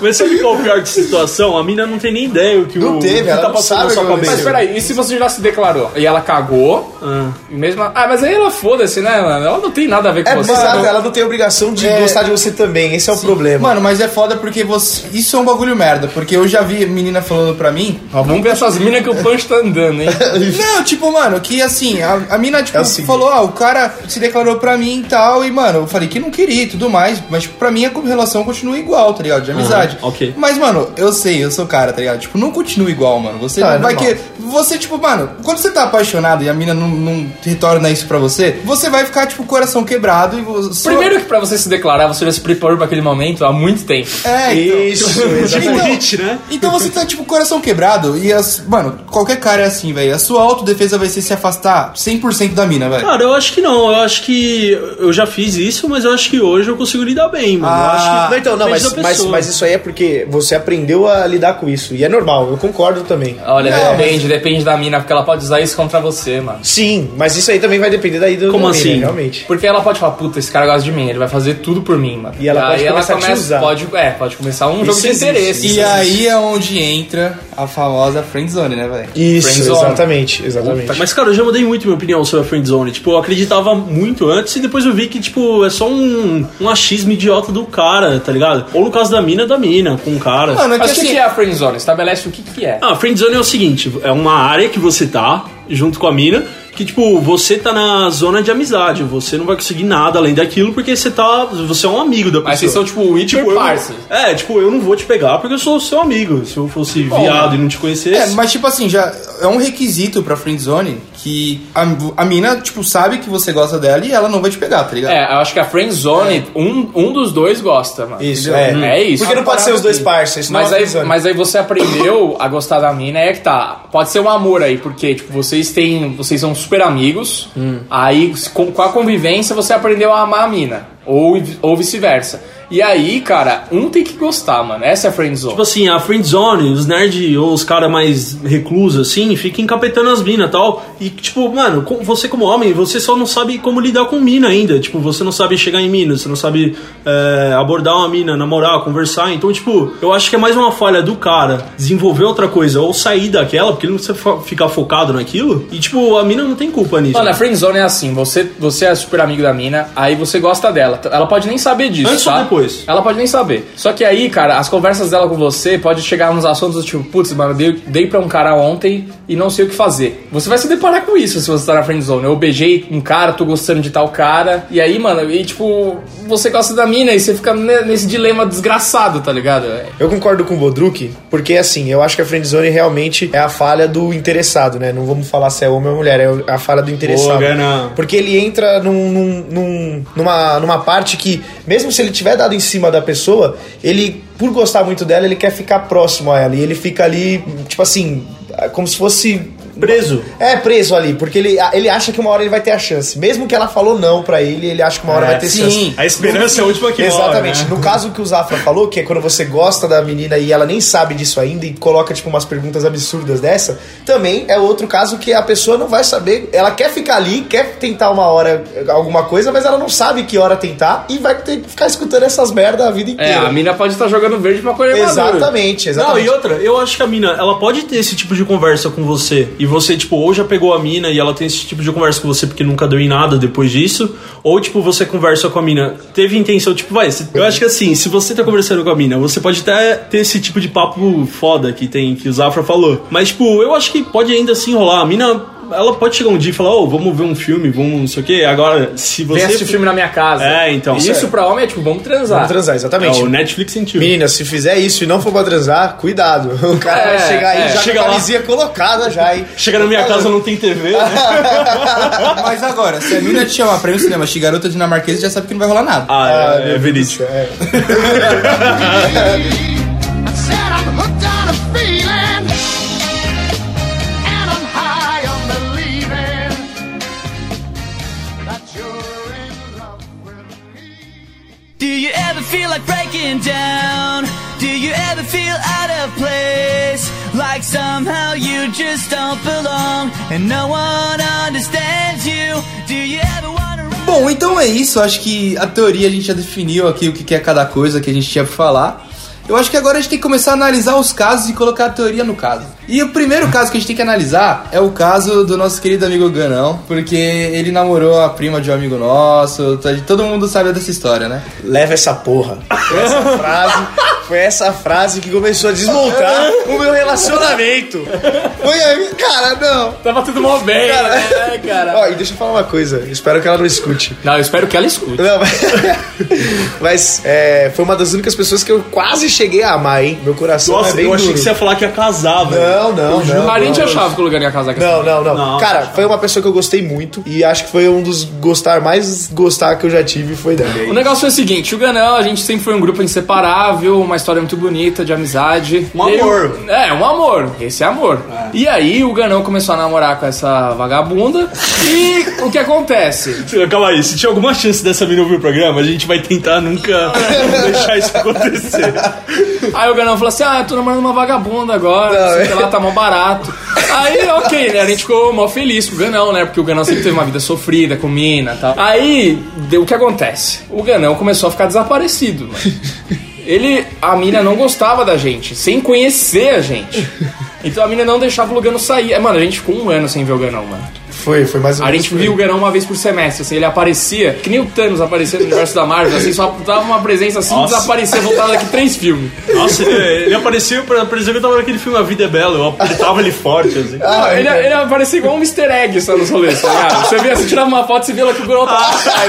Mas sabe qual é o pior de situação? A mina não tem nem ideia o que Não o teve, o que ela tá não passando na sabe sua o que cabeça. mas peraí, e se você já se declarou? E ela cagou, Ah. e mesmo. Ah, mas aí ela foda-se, né, mano? Ela não tem nada a ver com é, você. exato, ela não tem obrigação de É. gostar de você também, esse é o problema. Mano, mas é foda porque você. Isso é um bagulho merda, porque eu já vi menina falando pra mim. Ó, vamos ver essas minas que o Punch tá andando, [LAUGHS] hein? [LAUGHS] Não, tipo, mano, que assim, a, a mina, tipo, É o seguinte. falou, ah, o cara se declarou pra mim e tal, e, mano, eu falei que não queria e tudo mais, mas, tipo, pra mim a relação continua igual, tá ligado? De amizade. ok. Mas, mano, eu sei, eu sou cara, tá ligado? Tipo, não continua igual, mano. Você Tá, é não vai normal. querer. Você, tipo, mano, quando você tá apaixonado e a mina não, não retorna isso pra você, você vai ficar, tipo, coração quebrado e você. Primeiro que pra você se declarar, você já se preparou pra aquele momento há muito tempo. É, então. Isso, Então, hit, né? Então você tá, tipo, coração quebrado e as. Mano, qualquer cara é assim, velho. A sua autodefesa vai ser se afastar 100% da mina, velho. Cara, eu acho que não. Eu acho que eu já fiz isso, mas eu acho que hoje eu consigo lidar bem, mano. Ah. eu acho que Não, então, não, depende mas, da mas, pessoa. mas isso aí é porque você aprendeu a lidar com isso. E é normal, eu concordo também. Olha, depende, depende da mina, porque ela pode usar isso contra você, mano. Sim, mas isso aí também vai depender daí do Como da mina, assim? realmente. Porque ela pode falar, puta, esse cara gosta de mim, ele vai fazer tudo por mim, mano. E ela aí pode ela começar a te começa, usar. Pode, é, pode começar um jogo de existe, interesse. E aí é onde entra a famosa friendzone, né, velho? Isso, Friendzone. exatamente, exatamente. Mas, cara, eu já mudei muito minha opinião sobre a friendzone. Tipo, eu acreditava muito antes e depois eu vi que, tipo, é só um, um achismo idiota do cara, tá ligado? Ou no caso da mina, da mina, com o cara. Mano, é que Mas o que, assim. que é a friendzone? Estabelece o que, que é. Ah, friendzone é o seguinte, é uma área que você tá junto com a mina, que tipo, você tá na zona de amizade, você não vai conseguir nada além daquilo porque você tá, você é um amigo da pessoa. Mas vocês são, tipo, o Tipo, Witcher eu não- parceiros. É, tipo, eu não vou te pegar porque eu sou seu amigo. Se eu fosse viado e não te conhecesse. É, mas tipo assim, já é um requisito pra friendzone que a, a mina, tipo, sabe que você gosta dela e ela não vai te pegar, tá ligado? É, eu acho que a friendzone, um, um dos dois gosta, mano. É. Isso, Entendeu? é. É isso. Porque não pode ser os dois parceiros, é Mas aí, mas aí você aprendeu a gostar da mina, é que tá. Pode ser um amor aí, porque tipo, vocês têm. Vocês são super amigos. Hum. Aí, com, com a convivência, você aprendeu a amar a mina. Ou, ou vice-versa. E aí, cara, um tem que gostar, mano. Essa é a friendzone. Tipo assim, a friendzone, os nerd ou os caras mais reclusos, assim, fica encapetando as minas e tal. E, tipo, mano, com- você como homem, você só não sabe como lidar com mina ainda. Tipo, você não sabe chegar em mina, você não sabe é, abordar uma mina, namorar, conversar. Então, tipo, eu acho que é mais uma falha do cara desenvolver outra coisa ou sair daquela, porque ele não precisa fo- ficar focado naquilo. E, tipo, a mina não tem culpa nisso. Mano, a friendzone é assim, você, você é super amigo da mina, aí você gosta dela. T- Ela pode nem saber disso, Antes ou tá? depois? Ela pode nem saber. Só que aí, cara, as conversas dela com você pode chegar nos assuntos do tipo, putz, mano, dei, dei pra um cara ontem e não sei o que fazer. Você vai se deparar com isso se você tá na friendzone. Eu beijei um cara, tô gostando de tal cara, e aí, mano, e tipo, você gosta da mina e você fica ne- nesse dilema desgraçado, tá ligado? É- Eu concordo com o Bodruk, porque assim, eu acho que a friendzone realmente é a falha do interessado, né? Não vamos falar se é homem ou mulher, é a falha do interessado. Gana. porque ele entra num, num- num- numa, numa parte que, mesmo se ele tiver dado em cima da pessoa, ele, por gostar muito dela, ele quer ficar próximo a ela. E ele fica ali, tipo assim, como se fosse. Preso. É, preso ali, porque ele, ele acha que uma hora ele vai ter a chance. Mesmo que ela falou não pra ele, ele acha que uma hora É, vai ter sim. chance. A esperança é a última que morre, Exatamente. né? No caso que o Zafra falou, que é quando você gosta da menina e ela nem sabe disso ainda e coloca, tipo, umas perguntas absurdas dessa, também é outro caso que a pessoa não vai saber. Ela quer ficar ali, quer tentar uma hora eh, alguma coisa, mas ela não sabe que hora tentar e vai ter que ficar escutando essas merda a vida É, inteira. a mina pode estar jogando verde pra colher maduro. exatamente, é Não, exatamente. e outra, eu acho que a mina, ela pode ter esse tipo de conversa com você. E você, tipo, ou já pegou a mina e ela tem esse tipo de conversa com você porque nunca deu em nada depois disso. Ou, tipo, você conversa com a mina, teve intenção, tipo, vai. se- Eu acho que assim, se você tá conversando com a mina, você pode até ter esse tipo de papo foda que tem, que o Zafra falou. Mas, tipo, eu acho que pode ainda assim rolar. A mina. Ela pode chegar um dia e falar, ô, vamos ver um filme, vamos não sei o quê. Agora, se você. Vem assistir filme na minha casa. É, então. Isso Isso pra homem é tipo, vamos transar. Vamos transar, é exatamente. o Netflix sentiu. Menina, se fizer isso e não for pra transar, cuidado. [LAUGHS] O cara É, vai chegar aí é. já Chega com lá. a camisinha colocada já, hein? Chega na minha casa, não tem TV, né? Mas agora, se a mina te chamar pra ir no cinema, achei garota dinamarquesa, já sabe que não vai rolar nada. Ah, é, é meu verídico. É. I said I'm hooked on a feeling, and I'm high on believing that you're in love with me. Do you ever feel like breaking down? Do you ever feel out of place? Like somehow you just don't belong and no one understands you? Do you ever want to Bom, então é isso. Acho que a teoria a gente já definiu aqui o que que é cada coisa que a gente tinha pra falar. Eu acho que agora a gente tem que começar a analisar os casos e colocar a teoria no caso. E o primeiro caso que a gente tem que analisar é o caso do nosso querido amigo Ganão, porque ele namorou a prima de um amigo nosso, tá- todo mundo sabe dessa história, né? Leva essa porra. Foi essa frase, foi essa frase que começou a desmontar o meu relacionamento. Foi aí, cara, não. Tava tudo mal bem, Cara. né, cara? Ó, e deixa eu falar uma coisa. Espero que ela não escute. Não, eu espero que ela escute. Não, mas, [LAUGHS] mas, é, foi uma das únicas pessoas que eu quase cheguei a amar, hein? Meu coração é Nossa, bem eu achei duro. que você ia falar que ia casar, velho. Não, não, não. a gente achava que eu lugaria a casaca Não, não, não, Não, Cara, não. foi uma pessoa que eu gostei muito e acho que foi um dos gostar mais gostar que eu já tive foi dela. O negócio foi o seguinte, o Ganão, a gente sempre foi um grupo inseparável, uma história muito bonita de amizade. Um E aí, amor. o- é, um amor. Esse é amor. E aí o Ganão começou a namorar com essa vagabunda. E o que acontece? Calma aí, se tinha alguma chance dessa mina ouvir o programa, a gente vai tentar [LAUGHS] nunca deixar isso acontecer. Aí o Ganão falou assim: Ah, eu tô namorando uma vagabunda agora, não sei o que lá tá mó barato. Aí, ok, né? A gente ficou mó feliz com o Ganão, né? Porque o Ganão sempre teve uma vida sofrida com mina e tal. Aí, deu- o que acontece? O Ganão começou a ficar desaparecido, mano. Ele, a mina não gostava da gente, sem conhecer a gente. Então a mina não deixava o Lugano sair. É, Mano, a gente ficou um ano sem ver o Ganão, mano. Foi, foi mais um. A gente viu o Ganão uma vez por semestre, assim, ele aparecia, que nem o Thanos aparecia no universo da Marvel, assim, só dava uma presença assim, Nossa. desaparecia, voltava daqui três filmes. Nossa, ele ele apareceu, pra- por exemplo, eu tava naquele filme A Vida é Bela, eu apertava ele forte, [LAUGHS] assim. Não, ele, ele aparecia igual um easter egg só nos rolês, tá ligado? Você via, você tirava uma foto, você via lá que o Gurão tava tá, atrás,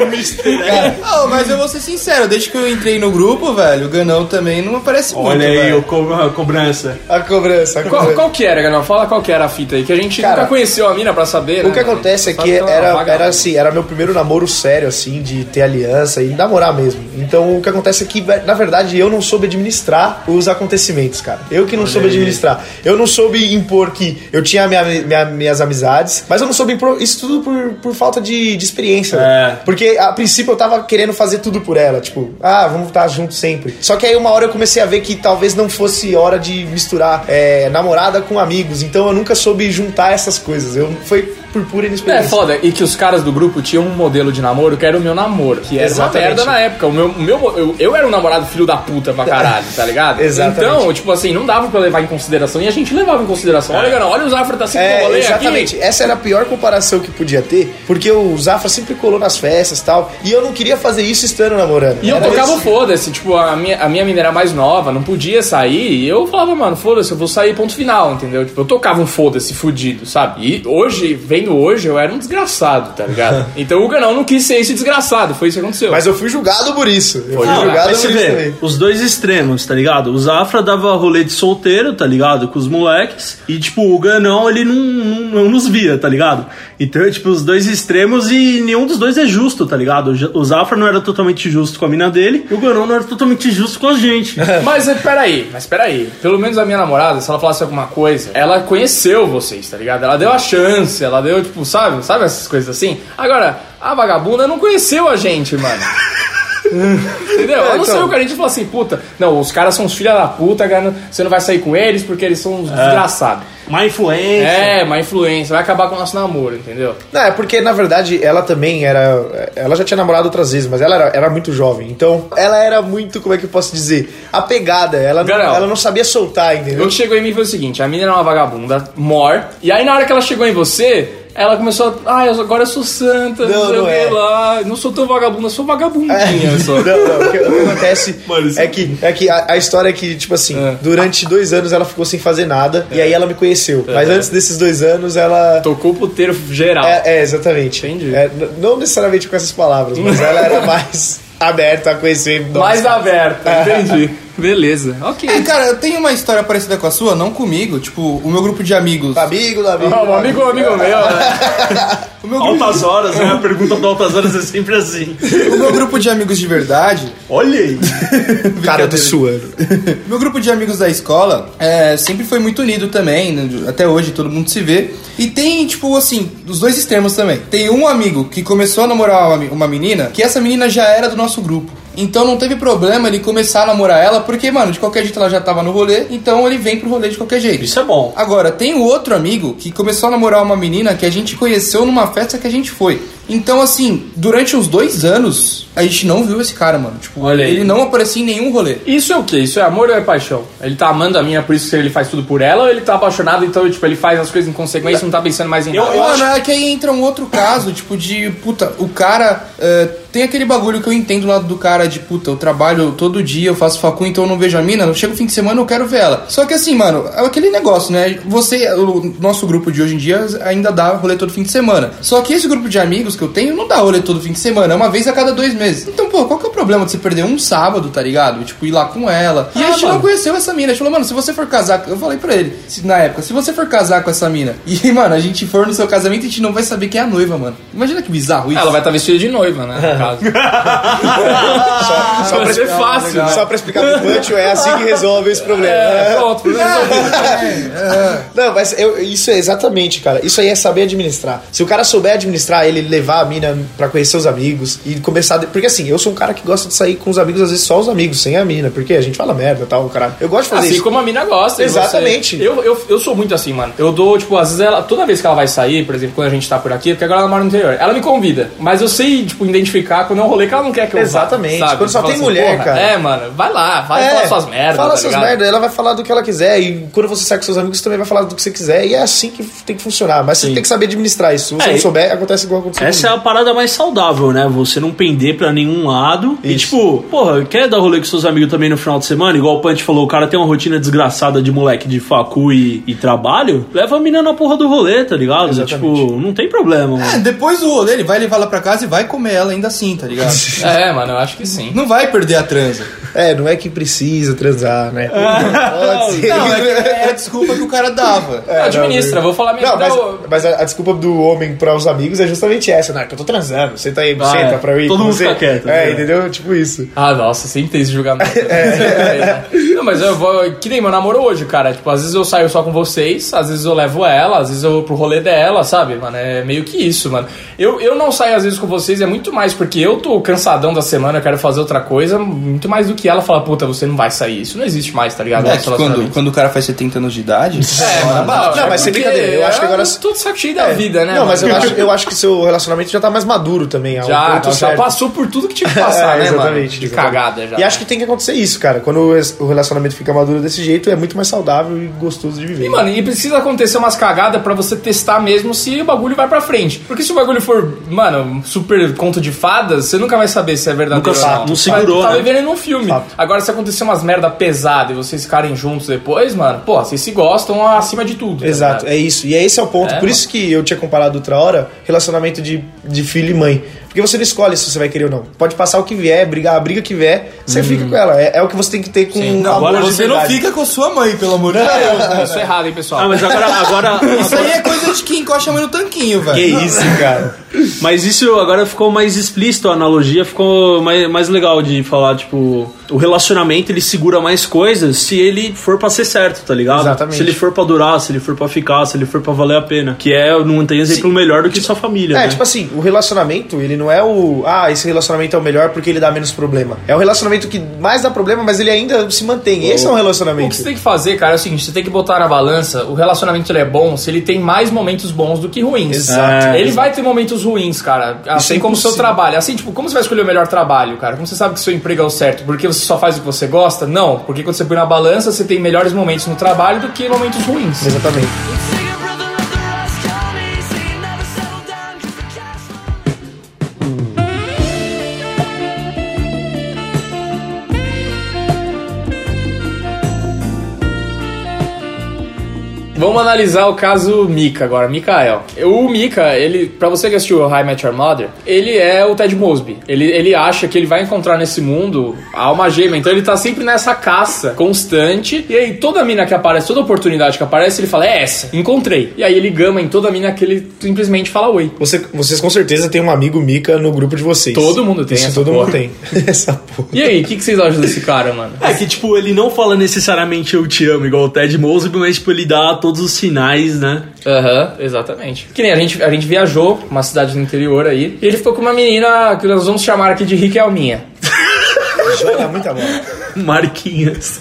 Um assim. Ah, mas eu vou ser sincero, desde que eu entrei no grupo, velho, o Ganão também não aparece muito. Olha aí, velho. o co- a cobrança. A cobrança, a Qual, cobrança. qual que era, Ganão? Fala qual que era a fita aí, que a gente tá. Cara, nunca conheceu a mina pra saber, né? O que acontece é Só que ela era, vagabunda. era assim, era meu primeiro namoro sério, assim, de ter aliança e namorar mesmo. Então o que acontece é que, na verdade, eu não soube administrar os acontecimentos, cara. Eu que não soube administrar. Eu não soube impor que eu tinha minha- minha- minhas amizades, mas eu não soube impor isso tudo por, por falta de, de experiência. É. né? Porque a princípio eu tava querendo fazer tudo por ela, tipo, ah, vamos estar juntos sempre. Só que aí uma hora eu comecei a ver que talvez não fosse hora de misturar é, namorada com amigos. Então eu nunca soube juntar essas coisas. Eu foi por pura É inexperiência. foda, e que os caras do grupo tinham um modelo de namoro que era o meu namoro, que era Exatamente. uma merda na época. O meu, o meu, eu, eu era um namorado filho da puta pra caralho, tá ligado? [LAUGHS] Exatamente. Então, tipo assim, não dava pra levar em consideração, e a gente levava em consideração. Olha, Ganão, olha os afro tá da cinco É, rolê exatamente. aqui. Essa era a pior comparação que podia ter, porque o Zafra sempre colou nas festas e tal, e eu não queria fazer isso estando namorando. E eu Era tocava o isso. foda-se, tipo, a minha, a minha mina era mais nova, não podia sair, e eu falava, mano, foda-se, eu vou sair, ponto final, entendeu? Tipo, eu tocava um foda-se fudido, sabe? E hoje, vendo hoje, eu era um desgraçado, tá ligado? então o Ganão não quis ser esse desgraçado, foi isso que aconteceu. Mas eu fui julgado por isso. Eu fui Não, julgado mas por você isso vê, também. os dois extremos, tá ligado? O Zafra dava rolê de solteiro, tá ligado? Com os moleques. E, tipo, o Ganão, ele não, não, não nos via, tá ligado? Então, tipo, os dois extremos e nenhum dos dois é justo, tá ligado? O Ja- O Zafra não era totalmente justo com a mina dele e o Ganão não era totalmente justo com a gente. Mas eh, peraí, mas peraí. Pelo menos a minha namorada, se ela falasse alguma coisa, ela conheceu vocês, tá ligado? Ela deu a chance, ela deu, tipo, sabe? Sabe essas coisas assim? Agora, a vagabunda não conheceu a gente, mano. Entendeu? Ela não então. saiu com a gente e falou assim, puta, não, os caras são os filha da puta, cara, você não vai sair com eles porque eles são uns desgraçados. [LAUGHS] Má influência. É, uma influência, vai acabar com o nosso namoro, entendeu? Não, é porque, na verdade, ela também era. Ela já tinha namorado outras vezes, mas ela era, era muito jovem. Então, ela era muito, como é que eu posso dizer? Apegada. Ela, não- Gabriel. ela não sabia soltar, O entendeu? que chegou em mim foi o seguinte: a menina era uma vagabunda, mor. E aí, na hora que ela chegou em você, ela começou a. Ah, eu- agora eu sou santa, não, Não, sei o não que é. lá. Não sou tão vagabunda, eu sou vagabundinha só. [LAUGHS] Não, não, o que, o que acontece [LAUGHS] Mano, isso- é que, é que a, a história é que, tipo assim, É. durante dois anos ela ficou sem fazer nada e aí ela me conheceu. É. Mas antes desses dois anos ela. Tocou o puteiro geral. É, é, exatamente. Entendi. É, n- não necessariamente com essas palavras, mas [LAUGHS] ela era mais aberta a conhecer. mais aberta, entendi. Beleza, É, ok. cara, eu tenho uma história parecida com a sua, não comigo, tipo, o meu grupo de amigos. Amigo do amigo. Ah, do um amigo, um amigo meu, né? O meu, grupo, Altas horas, né? A pergunta do Altas Horas é sempre assim. o meu grupo de amigos de verdade, Olha aí. Cara, eu tô suando. [LAUGHS] meu grupo de amigos da escola é, sempre foi muito unido também, né, até hoje todo mundo se vê. E tem, tipo, assim, os dois extremos também. Tem um amigo que começou a namorar uma, me- uma menina, que essa menina já era do nosso grupo. Então não teve problema ele começar a namorar ela, porque, mano, de qualquer jeito ela já tava no rolê, então ele vem pro rolê de qualquer jeito. Isso é bom. Agora, tem o outro amigo que começou a namorar uma menina que a gente conheceu numa festa que a gente foi. Então, assim, durante uns dois anos, a gente não viu esse cara, mano. Tipo, Olha aí. ele não aparecia em nenhum rolê. Isso é o quê? Isso é amor ou é paixão? Ele tá amando a minha, por isso que ele faz tudo por ela, ou ele tá apaixonado, então, tipo, ele faz as coisas em consequência e não tá pensando mais em Eu- nada? Mano, é que aí entra um outro caso, tipo, de puta, o cara. eh, tem aquele bagulho que eu entendo do lado do cara de puta, eu trabalho todo dia, eu faço facu, então eu não vejo a mina, eu chego fim de semana eu quero ver ela. Só que assim, mano, é aquele negócio, né? Você, o nosso grupo de hoje em dia ainda dá rolê todo fim de semana. Só que esse grupo de amigos que eu tenho não dá rolê todo fim de semana, é uma vez a cada dois meses. meses. Então, pô, qual que é o problema de você perder um sábado, tá ligado? E, Tipo, ir lá com ela. E Ah, a gente não mano. conheceu essa mina. A gente falou, mano, se você for casar. Eu falei pra ele, se- na época, se você for casar com essa mina [LAUGHS] e, mano, a gente for no seu casamento, a gente não vai saber quem é a noiva, mano. Imagina que bizarro isso. Ela vai estar vestida de noiva, né? No caso. Só, Ah, só, pra, vai ser explicar- fácil. legal. só pra explicar pro Pancho, é assim que resolve esse problema. né? É, pronto, problema resolvido. Não, mas eu- isso é exatamente, cara. Isso aí é saber administrar. Se o cara souber administrar, ele levar a mina pra conhecer os amigos e começar. de- Porque assim, eu sou um cara que gosta de sair com os amigos, às vezes só os amigos, sem a mina, porque a gente fala merda e tal, cara. Eu gosto de fazer Assim isso. como a mina gosta. e Exatamente. você- Eu, eu, eu sou muito assim, mano. Eu dou, tipo, às vezes ela. Toda vez que ela vai sair, por exemplo, quando a gente tá por aqui, porque agora ela mora no interior, ela me convida. Mas eu sei, tipo, identificar quando é um rolê que ela não quer que eu vá, Exatamente. sabe? Quando só Fala tem mulher, "Porra, cara." É, mano, vai lá, vai É, falar suas merdas. Fala tá suas ligado? merdas, ela vai falar do que ela quiser. E quando você sai com seus amigos, você também vai falar do que você quiser. E é assim que tem que funcionar. Mas você tem que saber administrar isso. Se você É, não e- souber, acontece igual aconteceu. Essa é comigo. a parada mais saudável, né? Você não pender pra nenhum lado. E Isso. tipo, porra, quer dar rolê com seus amigos também no final de semana? Igual o Punch falou, o cara tem uma rotina desgraçada de moleque de facu e, e trabalho. Leva a menina na porra do rolê, tá ligado? Exatamente. Tipo, não tem problema, mano. É, depois do rolê, ele vai levar ela pra casa e vai comer ela ainda assim, tá [LAUGHS] ligado? É, mano, eu acho que sim. não vai perder a [LAUGHS] transa. É, não é que precisa [LAUGHS] transar, né? Pode ser. Não, é, é a desculpa que o cara dava. É, administra, não, vou falar minha não, vida, mas, eu- mas a, a desculpa do homem para os amigos é justamente essa, né? Que eu tô transando, senta aí, Ah, senta é. pra eu ir. Todo com mundo você. fica quieto, É, né? entendeu? Tipo isso. Ah, nossa, sempre tem esse [LAUGHS] julgamento. É. né? Não, mas eu vou. Que nem meu namoro hoje, cara. Tipo, às vezes eu saio só com vocês, às vezes eu levo ela, às vezes eu vou pro rolê dela, sabe, mano? É meio que isso, mano. Eu, eu não saio às vezes com vocês, é muito mais porque eu tô cansadão da semana, eu quero fazer outra coisa, muito mais do que ela falar, puta, você não vai sair. Isso não existe mais, tá ligado? É, Nosso que quando, relacionamento. quando o cara faz 70 anos de [LAUGHS] idade. É, mano, Não, é mas sem porque brincadeira, eu acho que agora- É. tô de saco cheio da vida, né? Não, mas mano? eu acho, eu acho que seu relacionamento já tá mais maduro também. ao Já, então ponto já certo. passou por tudo que tinha que passar, É, né, mano? exatamente, De exatamente. cagada já. né? E acho que tem que acontecer isso, cara. Quando o relacionamento fica maduro desse jeito, é muito mais saudável e gostoso de viver. E, mano, e precisa acontecer umas cagadas pra você testar mesmo se o bagulho vai pra frente. Porque se o bagulho for, mano, super conto de fadas, você nunca vai saber se é verdadeiro Nunca ou sabe, não. não segurou, Tá, tá né? vivendo num filme. Fato. Agora, se acontecer umas merda pesada e vocês ficarem juntos depois, mano, pô, vocês se gostam acima de tudo. tá Exato, ligado? é isso. E é esse é o ponto. É, Por isso que eu tinha comparado outra hora relacionamento de, de filho e mãe. Porque você não escolhe se você vai querer ou não. Pode passar o que vier, brigar a briga que vier, você fica com ela. É, é o que você tem que ter com Uhum. Sim. a agora Você não fica com sua mãe, pelo amor de Deus. Isso é errado, hein, pessoal. Ah, mas agora, agora Isso aí é coisa de quem encosta a mãe no tanquinho, velho. Que isso, cara. [LAUGHS] Mas isso agora ficou mais explícito, a analogia ficou mais, mais legal de falar, tipo, o relacionamento ele segura mais coisas se ele for pra ser certo, tá ligado? Exatamente. Se ele for pra durar, se ele for pra ficar, se ele for pra valer a pena. Que é, não tem exemplo melhor do que sua família. É, né? tipo assim, o relacionamento, ele não é o. Ah, esse relacionamento é o melhor porque ele dá menos problema. É o relacionamento que mais dá problema, mas ele ainda se mantém. Esse é um O que relacionamento. você tem que fazer, cara, é o seguinte: você tem que botar na balança. O relacionamento ele é bom se ele tem mais momentos bons do que ruins. Exato. ele vai ter momentos ruins, cara. Assim é como o seu impossível. trabalho. Assim, tipo, como você vai escolher o melhor trabalho, cara? Como você sabe que seu emprego é o certo? Porque você só faz o que você gosta? Não. Porque quando você põe na balança, você tem melhores momentos no trabalho do que momentos ruins. Exatamente. Vamos analisar o caso Mika agora, Mikael. O Mika, ele, pra você que assistiu High Met Your Mother, ele é o Ted Mosby. Ele, ele acha que ele vai encontrar nesse mundo a alma gêmea, então ele tá sempre nessa caça constante. E aí toda mina que aparece, toda oportunidade que aparece, ele fala: "É essa, encontrei". E aí ele gama em toda mina que ele simplesmente fala oi. Você, vocês com certeza têm um amigo Mica no grupo de vocês. Todo mundo tem Isso, essa todo porra. mundo tem. [LAUGHS] essa porra. E aí, o que, que vocês acham desse cara, mano? É que, tipo, ele não fala necessariamente eu te amo, igual o Ted Mosby, mas, tipo, ele dá todos os sinais, né? [LAUGHS] Aham, exatamente. Que nem a gente, a gente viajou pra uma cidade do interior aí, e ele ficou com uma menina que nós vamos chamar aqui de Riquelminha. Joga muita bola. Marquinhas.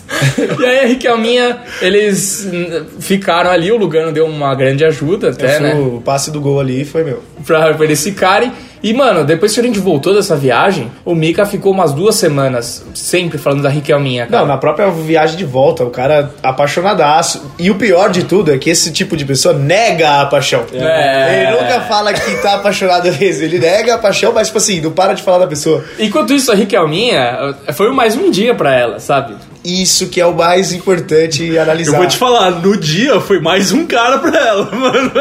E aí, a Riquelminha, eles hum, ficaram ali, o Lugano deu uma grande ajuda até, Eu fui- né? O passe do gol ali foi meu. Pra, pra eles ficarem. E, mano, depois que a gente voltou dessa viagem, o Mika ficou umas duas semanas sempre falando da Riquelminha, cara. Não, na própria viagem de volta, o cara apaixonadaço. E o pior de tudo é que esse tipo de pessoa nega a paixão. É. Ele nunca fala que tá apaixonado mesmo. Ele nega a paixão, mas, tipo assim, não para de falar da pessoa. Enquanto isso, a Riquelminha eh, foi mais um dia pra ela, sabe? Isso que é o mais importante analisar. Eu vou te falar, no dia foi mais um cara pra ela, [LAUGHS] mano.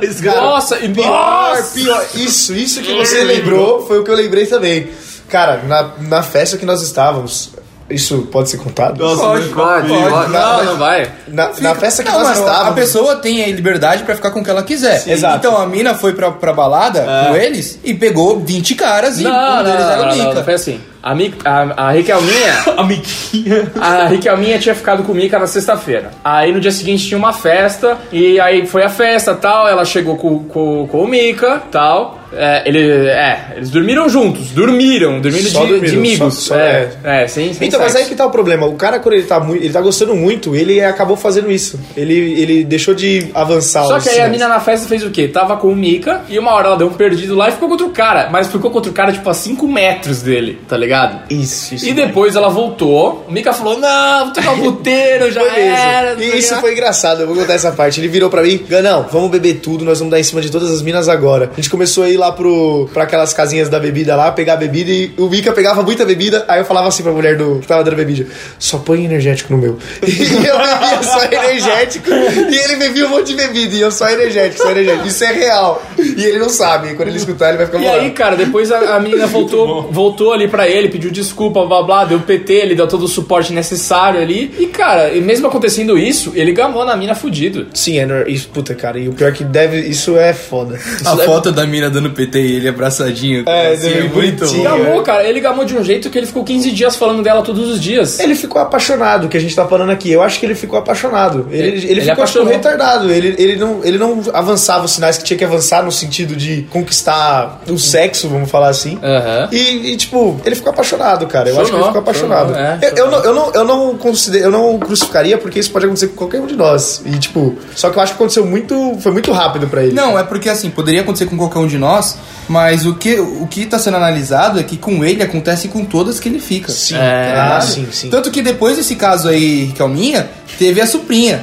Esse cara- Nossa, e Pior, nossa! pior. Isso, isso que você lembrou foi o que eu lembrei também. Cara, na, na festa que nós estávamos. Isso pode ser contado? Nossa, né? Pode. Pode, pode. Não, não vai. Na, na festa que Não, nós mano, a estávamos. pessoa tem a liberdade pra ficar com o que ela quiser. Exato. É. Então a mina foi pra, pra balada com eles e pegou 20 caras e um Não, não, deles não, era o não, não, Mika. não, foi assim. A, Mica, a, a Riquelminha, Amiguinha. a Riquelminha tinha ficado com o Mika na sexta-feira. Aí no dia seguinte tinha uma festa, e aí foi a festa tal, ela chegou com, com, com o Mika tal. É, ele, é, eles dormiram juntos, dormiram, dormiram Só de, dormiram, de amigos. só- só- é, é, sem, sem Então, mas aí sexo. que tá o problema. O cara, quando ele tá, muito, ele tá gostando muito, ele acabou fazendo isso. Ele, ele deixou de avançar Só os que aí a sinais. mina na festa fez o quê? Tava com o Mika e uma hora ela deu um perdido lá e ficou contra o cara. Mas ficou contra o cara, tipo, a 5 metros dele, tá ligado? Isso, é isso. E depois ela voltou, o Mika falou: Não, vou [LAUGHS] tocar o puteiro, já era. tá Beleza. E isso foi engraçado, eu vou contar essa parte. Ele virou pra mim, Ganão, vamos beber tudo, nós vamos dar em cima de todas as minas agora. A gente começou a ir lá pro, pra aquelas casinhas da bebida lá, pegar a bebida e o Mika pegava muita bebida. Aí eu falava assim pra mulher do, que tava dando bebida: só põe energético no meu. [LAUGHS] E eu bebia só energético e ele bebia um monte de bebida e eu só energético, só energético. Isso é real. E ele não sabe, quando ele escutar, ele vai ficar E bolado. aí, cara, depois a, a [LAUGHS] menina voltou, voltou ali pra ele, pediu desculpa, blá blá, blá, deu PT, ele deu todo o suporte necessário ali. E, cara, e mesmo acontecendo isso, ele gamou na mina fudido. Sim, é, nor- isso, puta, cara, e o pior que deve, isso é foda. A foto da mina dando PT e ele abraçadinho. É, assim, é muito bonitinho. bom. Gamou, cara, ele gamou de um jeito que ele ficou 15 dias falando dela todos os dias. Ele ficou apaixonado, que a gente tá falando aqui. Eu acho que ele ficou apaixonado. Ele, ele, Ele é ficou acho que, apaixonou. retardado. Ele, ele, não, ele não avançava os sinais que tinha que avançar no sentido de conquistar o sexo, vamos falar assim. Aham. E, e, tipo, ele ficou apaixonado, cara. Eu acho que ele Chonou, ficou apaixonado. chonou, é, eu, eu não, eu, não, eu, não considero, eu não crucificaria, porque isso pode acontecer com qualquer um de nós. E, tipo, só que eu acho que aconteceu muito. Foi muito rápido pra ele. Não, é porque assim, poderia acontecer com qualquer um de nós, mas o que, o que tá sendo analisado é que com ele acontece com todas que ele fica. Sim, É. ah, sim, sim. Tanto que depois desse caso aí, Calminha, teve a Suprinha.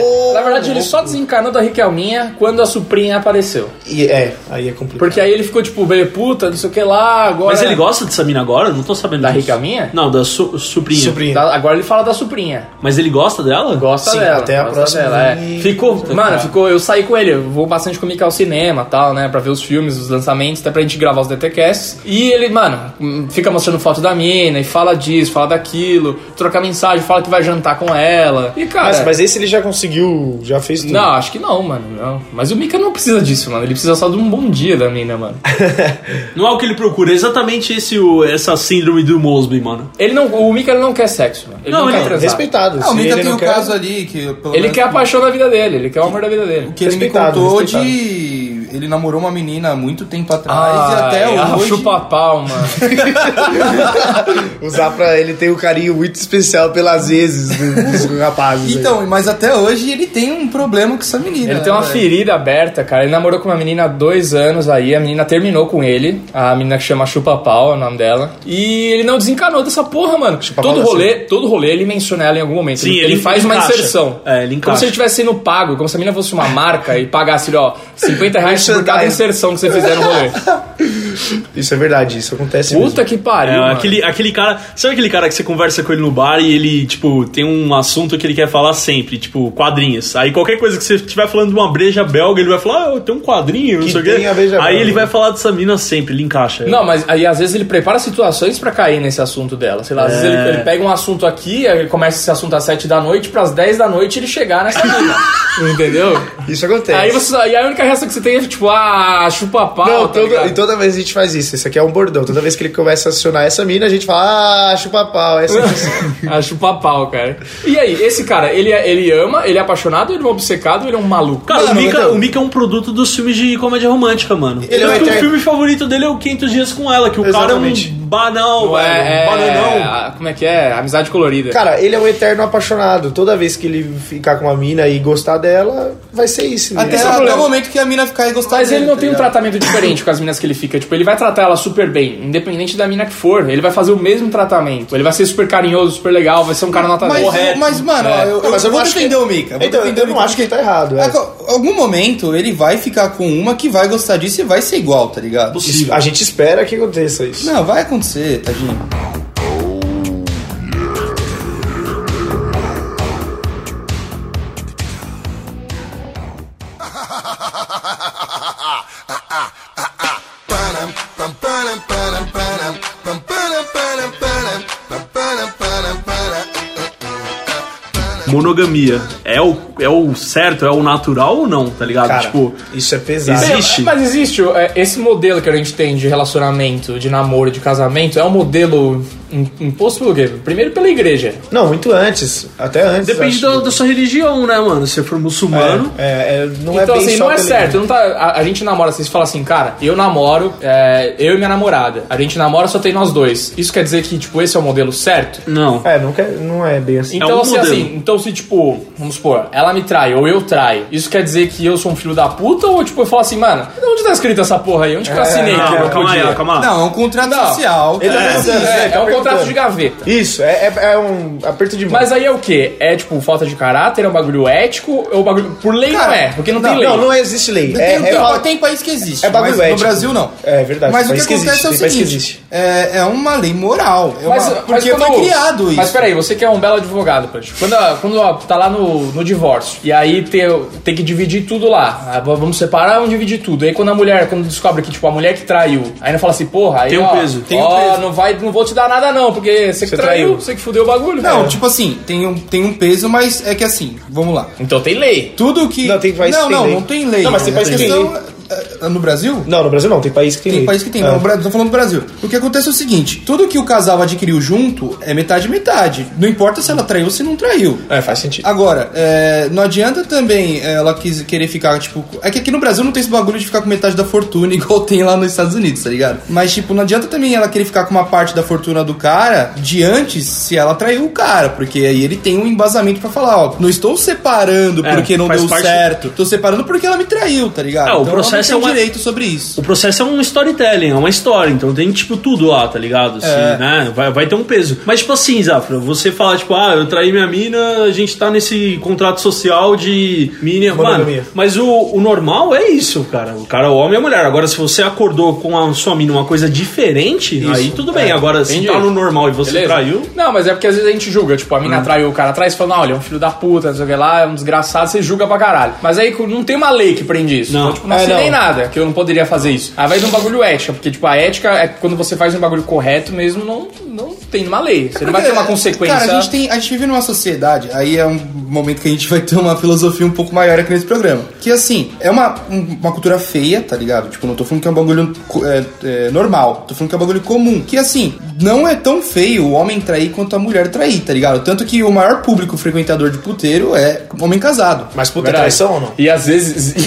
Oh, Na verdade, ele só desencanou da Riquelminha quando a Suprinha apareceu. E, é, aí é complicado. Porque aí ele ficou tipo, velho, puta, não sei o que lá, agora. é Mas ele gosta dessa mina agora? Não tô sabendo Da disso. Riquelminha? Não, da su Suprinha. Sobrinho. é Da- agora ele fala da Suprinha. Mas ele gosta dela? Tá. Gosta Sim, dela. até a gosta próxima Dela, é. vez. Ficou, mano, cara. ficou. Eu saí com ele, eu vou bastante comigo ao cinema tal, né? Pra ver os filmes, os lançamentos, até pra gente gravar os DTCasts. E ele, mano, hum, fica mostrando foto da mina e fala disso, fala daquilo, troca mensagem, fala que vai jantar com ela. E cara. Mas, mas esse ele já conseguiu, já fez tudo. Não, acho que não, mano. Não. Mas o Mika não precisa disso, mano. Ele precisa só de um bom dia da mina, mano. Não é o que ele procura, é exatamente esse, o, essa síndrome do Mosby, mano. Ele não, o Mika ele não quer sexo, mano. Ele não, Não, quer ele- transar. é Ah, o Respeitado. Então, Se Mika ele tem não um quer- caso ali que. pelo Ele menos, quer a paixão da vida dele, ele quer o amor da vida dele. O que ele me Respeitado, contou respeitado. de. Ele namorou uma menina há muito tempo atrás e Ah, até ah, hoje. chupa pau, mano. Usar pra ele tem um carinho muito especial pelas vezes [LAUGHS] dos dos rapazes. aí. Então, mas até hoje ele tem um problema com essa menina. Ele tem uma né, velho? ferida aberta, cara. Ele namorou com uma menina há dois anos aí, a menina terminou com ele. A menina que chama Chupa Pau é o nome dela. E ele não desencanou dessa porra, mano. Pau todo da rolê, todo rolê ele menciona ela em algum momento. Sim, ele, ele- ele faz ele uma encaixa. inserção. É, ele Como encaixa. se ele estivesse sendo pago, como se a menina fosse uma marca e pagasse, ó, 50 reais por cada Merchandise. inserção que você fizer [LAUGHS] no rolê. Isso é verdade, isso acontece mesmo. Puta que pariu. É, mano. aquele, aquele cara. Sabe aquele cara que você conversa com ele no bar e ele, tipo, tem um assunto que ele quer falar sempre, tipo, quadrinhos. Aí qualquer coisa que você estiver falando de uma breja belga, ele vai falar, ah, eu tenho um quadrinho, não Que sei o tem quê. a breja Aí belga. ele vai falar dessa mina sempre, ele encaixa. Não, mas aí às vezes ele prepara situações pra cair nesse assunto dela. Sei lá, às vezes ele, ele pega um assunto aqui, aí ele começa esse assunto às 7 da noite, pras 10 da noite ele chegar nessa mina. Entendeu? Isso acontece. Aí você, e aí a única reação que você tem é tipo, ah, chupa pau. Não, então- tá toda, ligado? e toda vez a gente faz isso. Isso aqui é um bordão. Toda vez que ele começa a acionar essa mina, a gente fala, ah, chupa pau. Essa assim." [LAUGHS] Ah, chupa pau, cara. E aí, esse cara, ele, é- ele ama, ele é apaixonado, ele é um obcecado, ele é um maluco. Cara, Mano, o, Mika, então- o Mika é um produto dos filmes de comédia romântica, mano. Ele é um Tanto que o eterno- filme favorito dele é o 500 Dias com Ela, que o Exatamente. cara é um banal, Não velho, é, um bananão. é, a- como é que é? Amizade colorida. Cara, ele é um eterno apaixonado. Toda vez que ele ficar com uma mina e gostar dela, vai ser isso. né? Até, Esse é o até o problema. momento que a mina ficar e gostar Mas ele dele, não tá tem um ligado? tratamento diferente com as minas que ele fica. Tipo, ele vai tratar ela super bem, independente da mina que for. Ele vai fazer o mesmo tratamento. Ele vai ser super carinhoso, super legal, vai ser um cara nota Mas, 10. mas, mano, É. eu, eu, Não, mas eu vou acho que- defender o Mika. vou Então, defender eu o não Mika. acho que ele tá errado. é. Aco- Algum momento ele vai ficar com uma que vai gostar disso e vai ser igual, tá ligado? Isso- é, a gente espera que aconteça isso. Não, vai acontecer, tadinho. Ba-dum, bum, ba-dum, ba-dum, ba-dum, bum, ba monogamia é o, é o certo, é o natural ou não, tá ligado? Cara, tipo, isso é pesado. Existe- Ixi. Mas existe é, esse modelo que a gente tem de relacionamento, de namoro, de casamento, é um modelo im- imposto pelo quê? Primeiro pela igreja. Não, muito antes. Até antes. depende acho. da, da sua religião, né, mano? Se você for muçulmano. É, é, não é então, bem assim, só não é pela- certo. Não tá, a, a gente namora, vocês falam assim, cara, eu namoro, é, eu e minha namorada. A gente namora, só tem nós dois. Isso quer dizer que, tipo, esse é o modelo certo? Não. É, não, quer, não é bem assim. Então, um assim, modelo. assim, então se, tipo, vamos supor, ela me trai ou eu traio, isso quer dizer que eu sou um filho da puta? Ou, tipo, eu falo assim, mano, onde tá escrito essa porra aí? Onde que eu É, assinei? É, Não, que eu não calma podia? aí, calma Ah. lá. Não, é um contrato Não. social. Ele tá É, pensando, é, né? Tá é um contrato perguntando. de gaveta. Isso, é, é, é um aperto de mão. Mas aí é o quê? É tipo falta de caráter? É um bagulho ético? É um bagulho. Por lei Cara, não é, porque não, não, tem lei. Não, não existe lei. Tem, um É, é, tem- fala- tem país que existe. é bagulho mas ético. No Brasil, não. É verdade, Mas o que país que acontece existe, é o tem país que seguinte: existe. é, é uma lei moral. É uma- porque quando- foi criado então, Mas isso. peraí, você que é um belo advogado, Pancho. Quando, a- quando a- tá lá no, no divórcio, e aí tem, tem que dividir tudo lá. Ah, v- Vamos separar, vamos dividir tudo. Aí quando a mulher, quando descobre que, tipo, a mulher que traiu, aí não fala assim, porra, aí Tem um ó, peso, tem um ó, peso. Não, vai, não vou te dar nada não, porque você que Você traiu, traiu. você que fudeu o bagulho. Não, É. tipo assim, tem um, tem um peso, mas é que assim, vamos lá. Então tem lei. Tudo que. Não, tem país que não, tem não, lei. não tem lei. Não, mas tem A país que tem questão é- é- No Brasil? Não, no Brasil não, tem país que tem. Tem lei. país que tem, Ah. não, Bra- tô falando do Brasil. O que acontece é o seguinte: tudo que o casal adquiriu junto é metade metade. Não importa se ela traiu ou se não traiu. É, faz sentido. Agora, é, não adianta também é, ela quis- querer ficar, tipo. É que aqui no Brasil não tem esse bagulho de ficar com metade da fortuna, [LAUGHS] igual tem lá nos Estados Unidos, tá ligado? Mas, tipo, não adianta também ela querer ficar com uma parte da fortuna do cara de antes se ela traiu o cara, porque aí ele tem um embasamento pra falar, ó, não estou separando É, porque não faz deu parte- certo, tô separando porque ela me traiu, tá ligado? É, o então processo ela não tem é uma- direito sobre isso. O processo é um storytelling, é uma história, então tem tipo tudo lá, tá ligado? Se, É. né, vai, vai ter um peso. Mas tipo assim, Zafra, você fala tipo, ah, eu traí minha mina, a gente tá nesse contrato social de mina, mano. Monogamia. Mas o, o normal é isso, cara. O cara, o homem e a mulher. Agora, se você acordou com a sua mina uma coisa diferente, aí tudo É, bem. Agora, se entendi. tá no normal e você Beleza? traiu, Não, mas é porque às vezes a gente julga, tipo, a mina traiu o cara atrás e fala, não, olha, é um filho da puta, não sei o que lá, é um desgraçado, você julga pra caralho. Mas aí não tem uma lei que prende isso. Não. Então, tipo, não É, assinei não. nada que eu não poderia fazer isso. Aí vai de um bagulho ética, porque, tipo, a ética é quando você faz um bagulho correto mesmo, não, não tem uma lei. Você não vai ter uma consequência. Cara, a gente, tem, a gente vive numa sociedade, aí é um momento que a gente vai ter uma filosofia um pouco maior aqui nesse programa. Que assim, é uma, um- uma cultura feia, tá ligado? Tipo, não tô falando que é um bagulho co- é, é, normal, tô falando que é um bagulho comum. Que assim, não é tão feio o homem trair quanto a mulher trair, tá ligado? Tanto que o maior público frequentador de puteiro é homem casado. Mas puta, é Verdade. traição ou não? [LAUGHS] E às vezes. e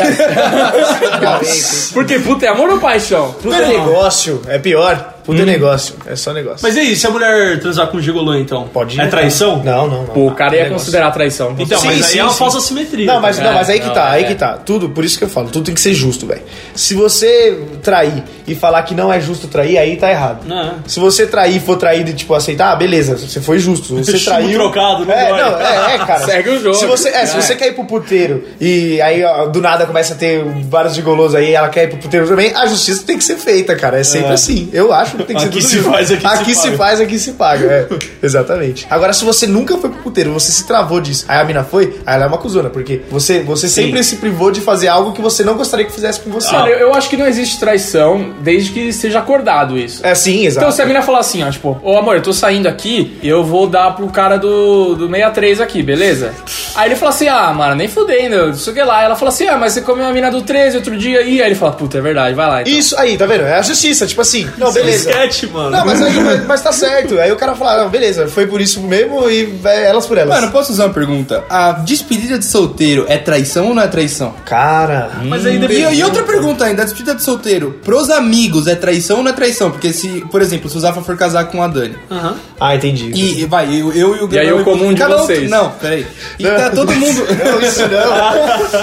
às- Porque, puta, é amor ou paixão? Puta é negócio, é pior. Hum. Puta é negócio, é só negócio. Mas e aí, se a mulher transar com o gigolô, então? Pode É não. traição? Não, não, não. Pô, o cara ia É um Negócio. considerar traição. Então, Sim, mas aí sim, é uma sim. falsa simetria. Não, mas, tá não, mas aí que não, tá, aí é. que tá. Tudo, por isso que eu falo, tudo tem que ser justo, velho. Se você trair e falar que não é justo trair, aí tá errado. Não. é. Se você trair e for traído e, tipo, aceitar, ah, beleza, você foi justo. [LAUGHS] Você Chumbo traiu. trocado, não é, dói. não, é, é, [LAUGHS] cara. Segue o jogo. Se você, é, se É. você quer ir pro puteiro e aí ó, do nada começa a ter vários gigolôs aí, ela quer ir pro puteiro também, a justiça tem que ser feita, cara. É sempre assim. Eu acho que tem que ser Aqui tudo se justo. faz, aqui se paga. faz, aqui se paga. É, [LAUGHS] exatamente. Agora, se você nunca foi pro puteiro, você se travou disso, aí a mina foi, aí ela é uma cuzona, porque você, você sempre se privou de fazer algo que você não gostaria que fizesse com você. Cara, eu, eu acho que não existe traição desde que seja acordado isso. É sim, exato. Então, se a mina falar assim, ó, tipo, ô amor, eu tô saindo aqui e eu vou dar pro cara do, do 63 aqui, beleza? Aí ele fala assim, ah, mano, nem fudendo, não sei o que lá. Ela fala assim, ah, mas você comeu a mina do 13 outro dia e aí ele fala, puta, é verdade, vai lá. Então. Isso aí, tá vendo? É a justiça, tipo assim. Não, ligado? beleza. Esquete, mano. Não, mas, aí, mas- mas tá certo. Aí o cara fala, não, beleza, foi por isso mesmo e é, elas por elas. Mano, posso usar uma pergunta? A despedida de solteiro é traição ou não é traição? cara. Mas aí E, depende. Hum, e outra pergunta ainda, a despedida de solteiro, pros amigos é traição ou não é traição? Porque se, por exemplo, se o Zafa for casar com a Dani, Aham. Ah, Hum. entendi. e e vai, eu, eu e o E aí o comum de cada um- vocês. Não, peraí. E [LAUGHS] tá todo mundo. [LAUGHS] Não, isso não.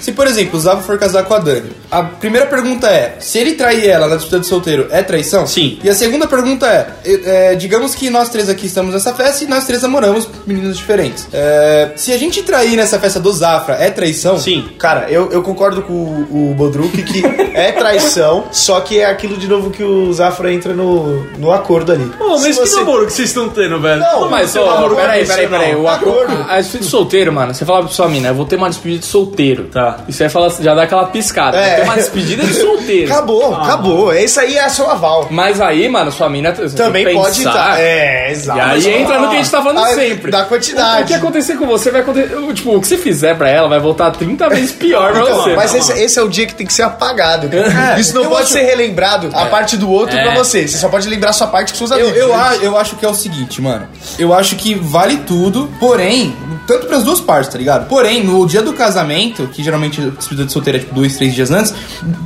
se, por exemplo, o Zafa for casar com a Dani, a primeira pergunta é: se ele trair ela na despedida de solteiro, é traição? Sim. E a segunda pergunta é: é, é, digamos que nós três aqui estamos nessa festa e nós três namoramos meninos diferentes. É, se a gente trair nessa festa do Zafra, é traição? Sim. Cara, eu, eu concordo com o, o Bodruk que é traição, só que é aquilo de novo que o Zafra entra no, no acordo ali. Pô, mas Se que você- namoro que vocês estão tendo, velho? Não, tá Mas, Seu ó, namoro peraí, começa, peraí, peraí. não. O Tá acordo. Acordo. A é despedida de solteiro, mano, você fala pra sua mina, eu vou ter uma despedida de solteiro. Tá. E você fala, já dá aquela piscada. É. Tem uma despedida de solteiro. Acabou, acabou. Esse aí é seu aval. Mas aí, mano, sua mina você Também tem que pode pensar. estar. É, exato. E aí entra no que a gente tá falando Ah, sempre. Da quantidade. O que acontecer com você vai acontecer. Tipo, o que você fizer pra ela vai voltar 30 vezes pior pra Então, você. mas esse, esse é o dia que tem que ser apagado. cara. Isso não eu pode acho- ser relembrado a parte do outro É. pra você. Você só pode lembrar sua parte com seus Eu, amigos. né? eu, a- eu acho que é o seguinte, mano. Eu acho que vale tudo, porém, tanto pras duas partes, tá ligado? Porém, no dia do casamento, que geralmente a despedida de solteiro é tipo dois, três dias antes,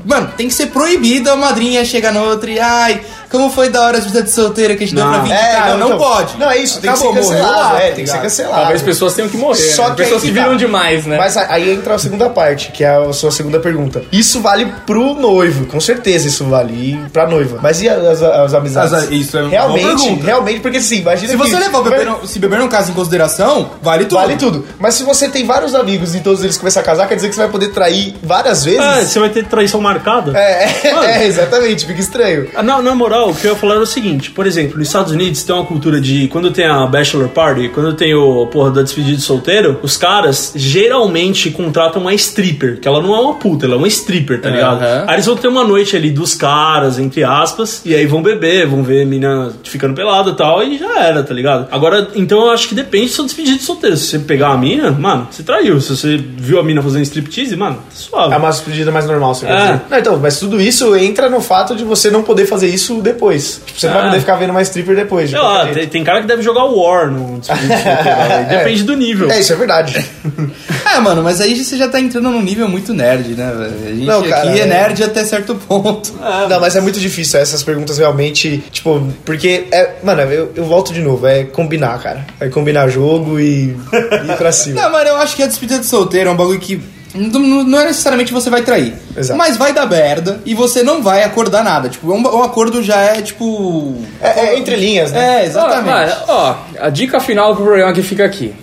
mano, tem que ser proibido a madrinha chegar no outro e, ai, como foi da hora a despedida de solteiro que a gente deu pra Não. vir? É, cara, não, não, então- pode. Não, é isso, tem Acabou, que ser morreu cancelado. lá, tá é, tem que ser ligado? cancelado. Ah, Talvez pessoas tenham que morrer. Só né? que pessoas aí que que tá. viram demais, É. né? Mas a- aí entra a segunda parte, que é a sua segunda pergunta. Isso vale pro noivo, com certeza isso vale e pra noiva. Mas e as, as amizades? As- isso é uma boa realmente, pergunta. realmente, porque assim, imagina Se que- você levar o beber, no- se beber no caso em consideração, vale tudo. Vale tudo. Mas se você tem vários amigos e todos eles começam a casar, quer dizer que você vai poder trair várias vezes? É. Ah, você vai ter traição marcada? É, é, Mano. [LAUGHS] é, exatamente, fica estranho. Ah, Na, na moral, o que eu ia falar era o seguinte: por exemplo, nos Estados Unidos tem uma cultura de quando tem a Bachelor Party, quando tem o porra da despedida de solteiro, os caras geralmente contratam uma stripper, que ela não é uma puta, ela é uma stripper, tá ligado? Aham. Aí eles vão ter uma noite ali dos caras, entre aspas, e aí vão beber, vão ver a mina ficando pelada e tal, e já era, tá ligado? Agora, então eu acho que depende do seu despedido de solteiro. Se você pegar a mina, mano, você traiu. Se você viu a mina fazendo striptease, mano, tá suave. É uma despedida mais normal, você quer É. dizer. Não, então, mas tudo isso entra no fato de você não poder fazer isso depois. Tipo, você não É. vai Ah. poder ficar vendo mais stripper depois. tipo, é de Sei lá, qualquer jeito. tem, tem cara que deve jogar War no despedido de solteiro. aí Depende do nível. É, isso é verdade. [LAUGHS] É, mano, mas aí você já tá entrando num nível muito nerd, né, velho? A gente Não, cara, aqui é. é nerd até certo ponto. Não, mas é muito difícil essas perguntas realmente, tipo, porque é, mano, eu, eu volto de novo, é combinar, cara. É combinar jogo e e ir pra cima. Não, mano, eu acho que a despedida de solteiro é um bagulho que. Não, não- não é necessariamente você vai trair. Exato. Mas vai dar merda e você não vai acordar nada. Tipo, um, um acordo já é tipo. É, é entre linhas, né? É, exatamente. Ó, mano, ó, a dica final pro programa que fica aqui.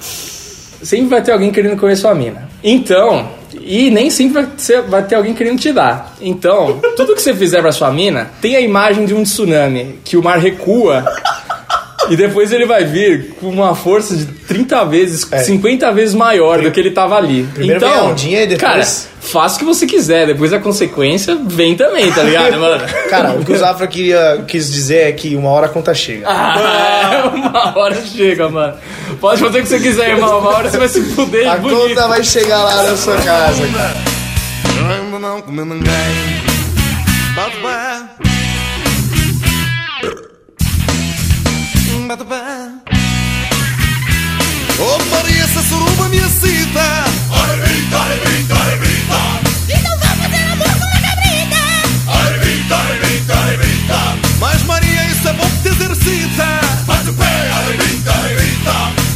Sempre vai ter alguém querendo comer sua mina. Então, e nem sempre vai ser- vai ter alguém querendo te dar. Então, tudo que você fizer pra sua mina, tem a imagem de um tsunami, que o mar recua e depois ele vai vir com uma força de 30 vezes, 50 vezes maior do que ele tava ali. É. Primeiro então, vem a ondinha e depois- Cara, faça o que você quiser, depois a consequência vem também, tá ligado, mano? Cara, o que o Zafra queria, quis dizer é que uma hora a conta chega. Ah, uma hora chega, mano. Pode fazer o que você quiser, irmão. Uma hora você vai se fuder a de bonito. conta vai chegar lá na sua casa. Ô Maria, essa suruba me excita Então vamos fazer amor com uma cabrita. Mas Maria, isso é bom que te exercita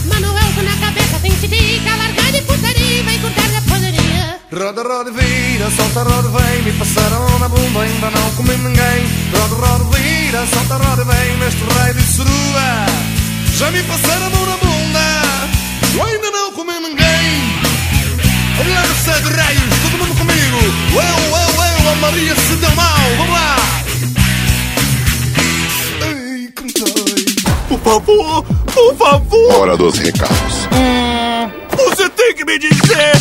Manuel com na cabeça tem que ficar largar de putaria e vai cortar a padaria. Roda, roda, vira, solta, roda, vem Me passaram na bunda, ainda não comi ninguém Roda, roda, vira, solta, roda, vem Neste rei de surua Já me passaram a mão na bunda Eu ainda não comi ninguém Lança de raios, todo mundo comigo Eu, eu, eu, a Maria se deu mal Vamos lá Ei, que me dói Por favor, por favor Hora dos recados. Você tem que me dizer.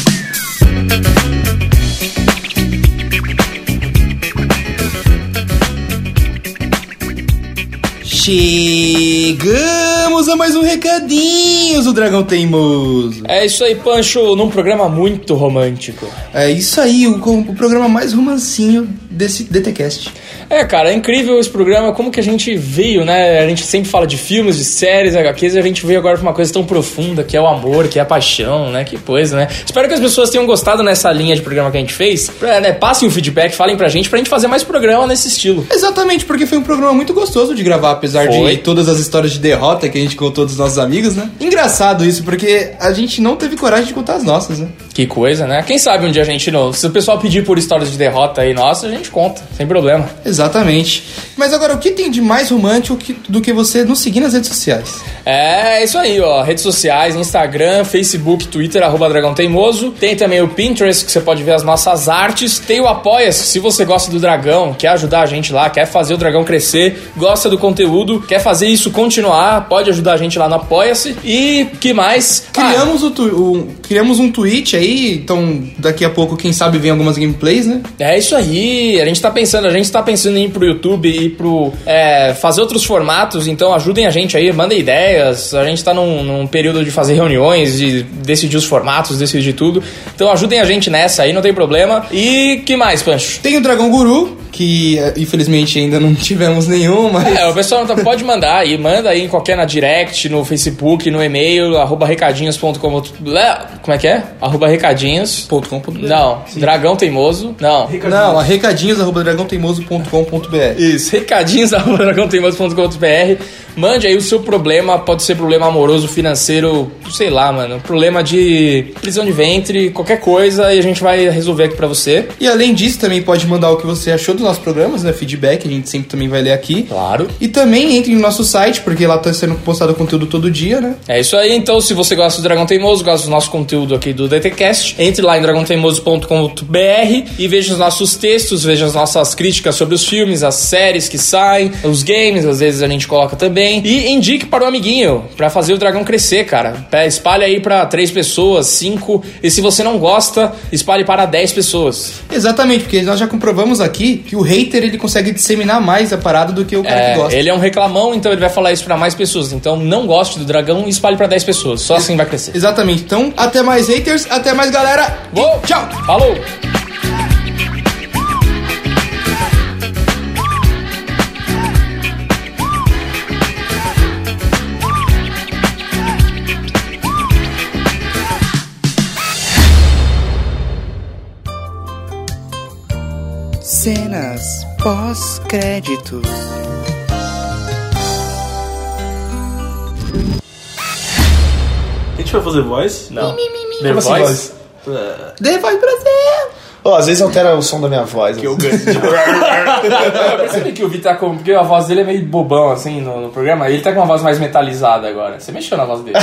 Chegamos a mais um recadinhos, o Dragão Teimoso. É isso aí, Pancho, num programa muito romântico. É isso aí, o, o programa mais romancinho desse DTCast. É, cara, é incrível esse programa, como que a gente veio, né? A gente sempre fala de filmes, de séries, HQs, e a gente veio agora pra uma coisa tão profunda, que é o amor, que é a paixão, né? Que coisa, né? Espero que as pessoas tenham gostado nessa linha de programa que a gente fez. É, né? Passem o feedback, falem pra gente, pra gente fazer mais programa nesse estilo. Exatamente, porque foi um programa muito gostoso de gravar, apesar Foi. de todas as histórias de derrota que a gente contou dos nossos amigos, né? Engraçado isso, porque a gente não teve coragem de contar as nossas, né? Que coisa, né? Quem sabe um dia a gente não. Se o pessoal pedir por histórias de derrota aí nossa, a gente conta, sem problema. Exatamente. Mas agora, o que tem de mais romântico que- do que você nos seguir nas redes sociais? É, isso aí, ó. Redes sociais, Instagram, Facebook, Twitter, arroba Dragão Teimoso. Tem também o Pinterest, que você pode ver as nossas artes. Tem o Apoia-se, se você gosta do Dragão, quer ajudar a gente lá, quer fazer o Dragão crescer, gosta do conteúdo, quer fazer isso continuar, pode ajudar a gente lá no Apoia-se. E que mais? Ah, Criamos, o tu- o- criamos um tweet aí, então daqui a pouco, quem sabe, vem algumas gameplays, né? É isso aí, a gente tá pensando, a gente tá pensando em ir pro YouTube e pro é, fazer outros formatos, então ajudem a gente aí, mandem ideias. A gente tá num, num período de fazer reuniões, de decidir os formatos, decidir tudo. Então ajudem a gente nessa aí, não tem problema. E que mais, Pancho? Tem o Dragão Guru, que eh, infelizmente ainda não [LAUGHS] tivemos nenhum, mas. É, o pessoal não tá- pode mandar aí, manda aí em qualquer na direct, no Facebook, no e-mail, arroba recadinhos.com. Como é que é? Arroba recadinhos. Não, dragão teimoso. Não. Não, a recadinhos arroba dragãoteimoso.com.br. Isso, recadinhos dragãoteimoso.com.br. Mande aí o seu problema, pode ser problema amoroso, financeiro, sei lá, mano. Problema de prisão de ventre, qualquer coisa, e a gente vai resolver aqui pra você. E além disso, também pode mandar o que você achou dos nossos programas, né? Feedback, a gente sempre também vai ler aqui. Claro. E também entre no nosso site, porque lá tá sendo postado conteúdo todo dia, né? É isso aí, então se você gosta do Dragão Teimoso, gosta do nosso conteúdo aqui do DTCast, entre lá em dragonteimoso.com.br e veja os nossos textos, veja as nossas críticas sobre os filmes, as séries que saem, os games, às vezes a gente coloca também. E indique para o amiguinho, para fazer o dragão crescer, cara. Pe- Espalhe aí para três pessoas, cinco, e se você não gosta, espalhe para 10 pessoas. Exatamente, porque nós já comprovamos aqui que o hater ele consegue disseminar mais a parada do que o cara que É, gosta. ele é um reclamão, então ele vai falar isso para mais pessoas. Então não goste do dragão e espalhe para 10 pessoas, só assim vai crescer. Exatamente. Então, até mais haters, até mais galera. Vou, tchau, falou! Cenas pós-créditos. A gente vai fazer voz? Não. The Como assim, Voice? Dê voz pra você. Ó, às vezes altera o som da minha voz. Que eu ganho. Eu percebi que o Vitor tá com. Porque a voz dele é meio bobão assim no, no programa. Ele tá com uma voz mais metalizada agora. Você mexeu na voz dele.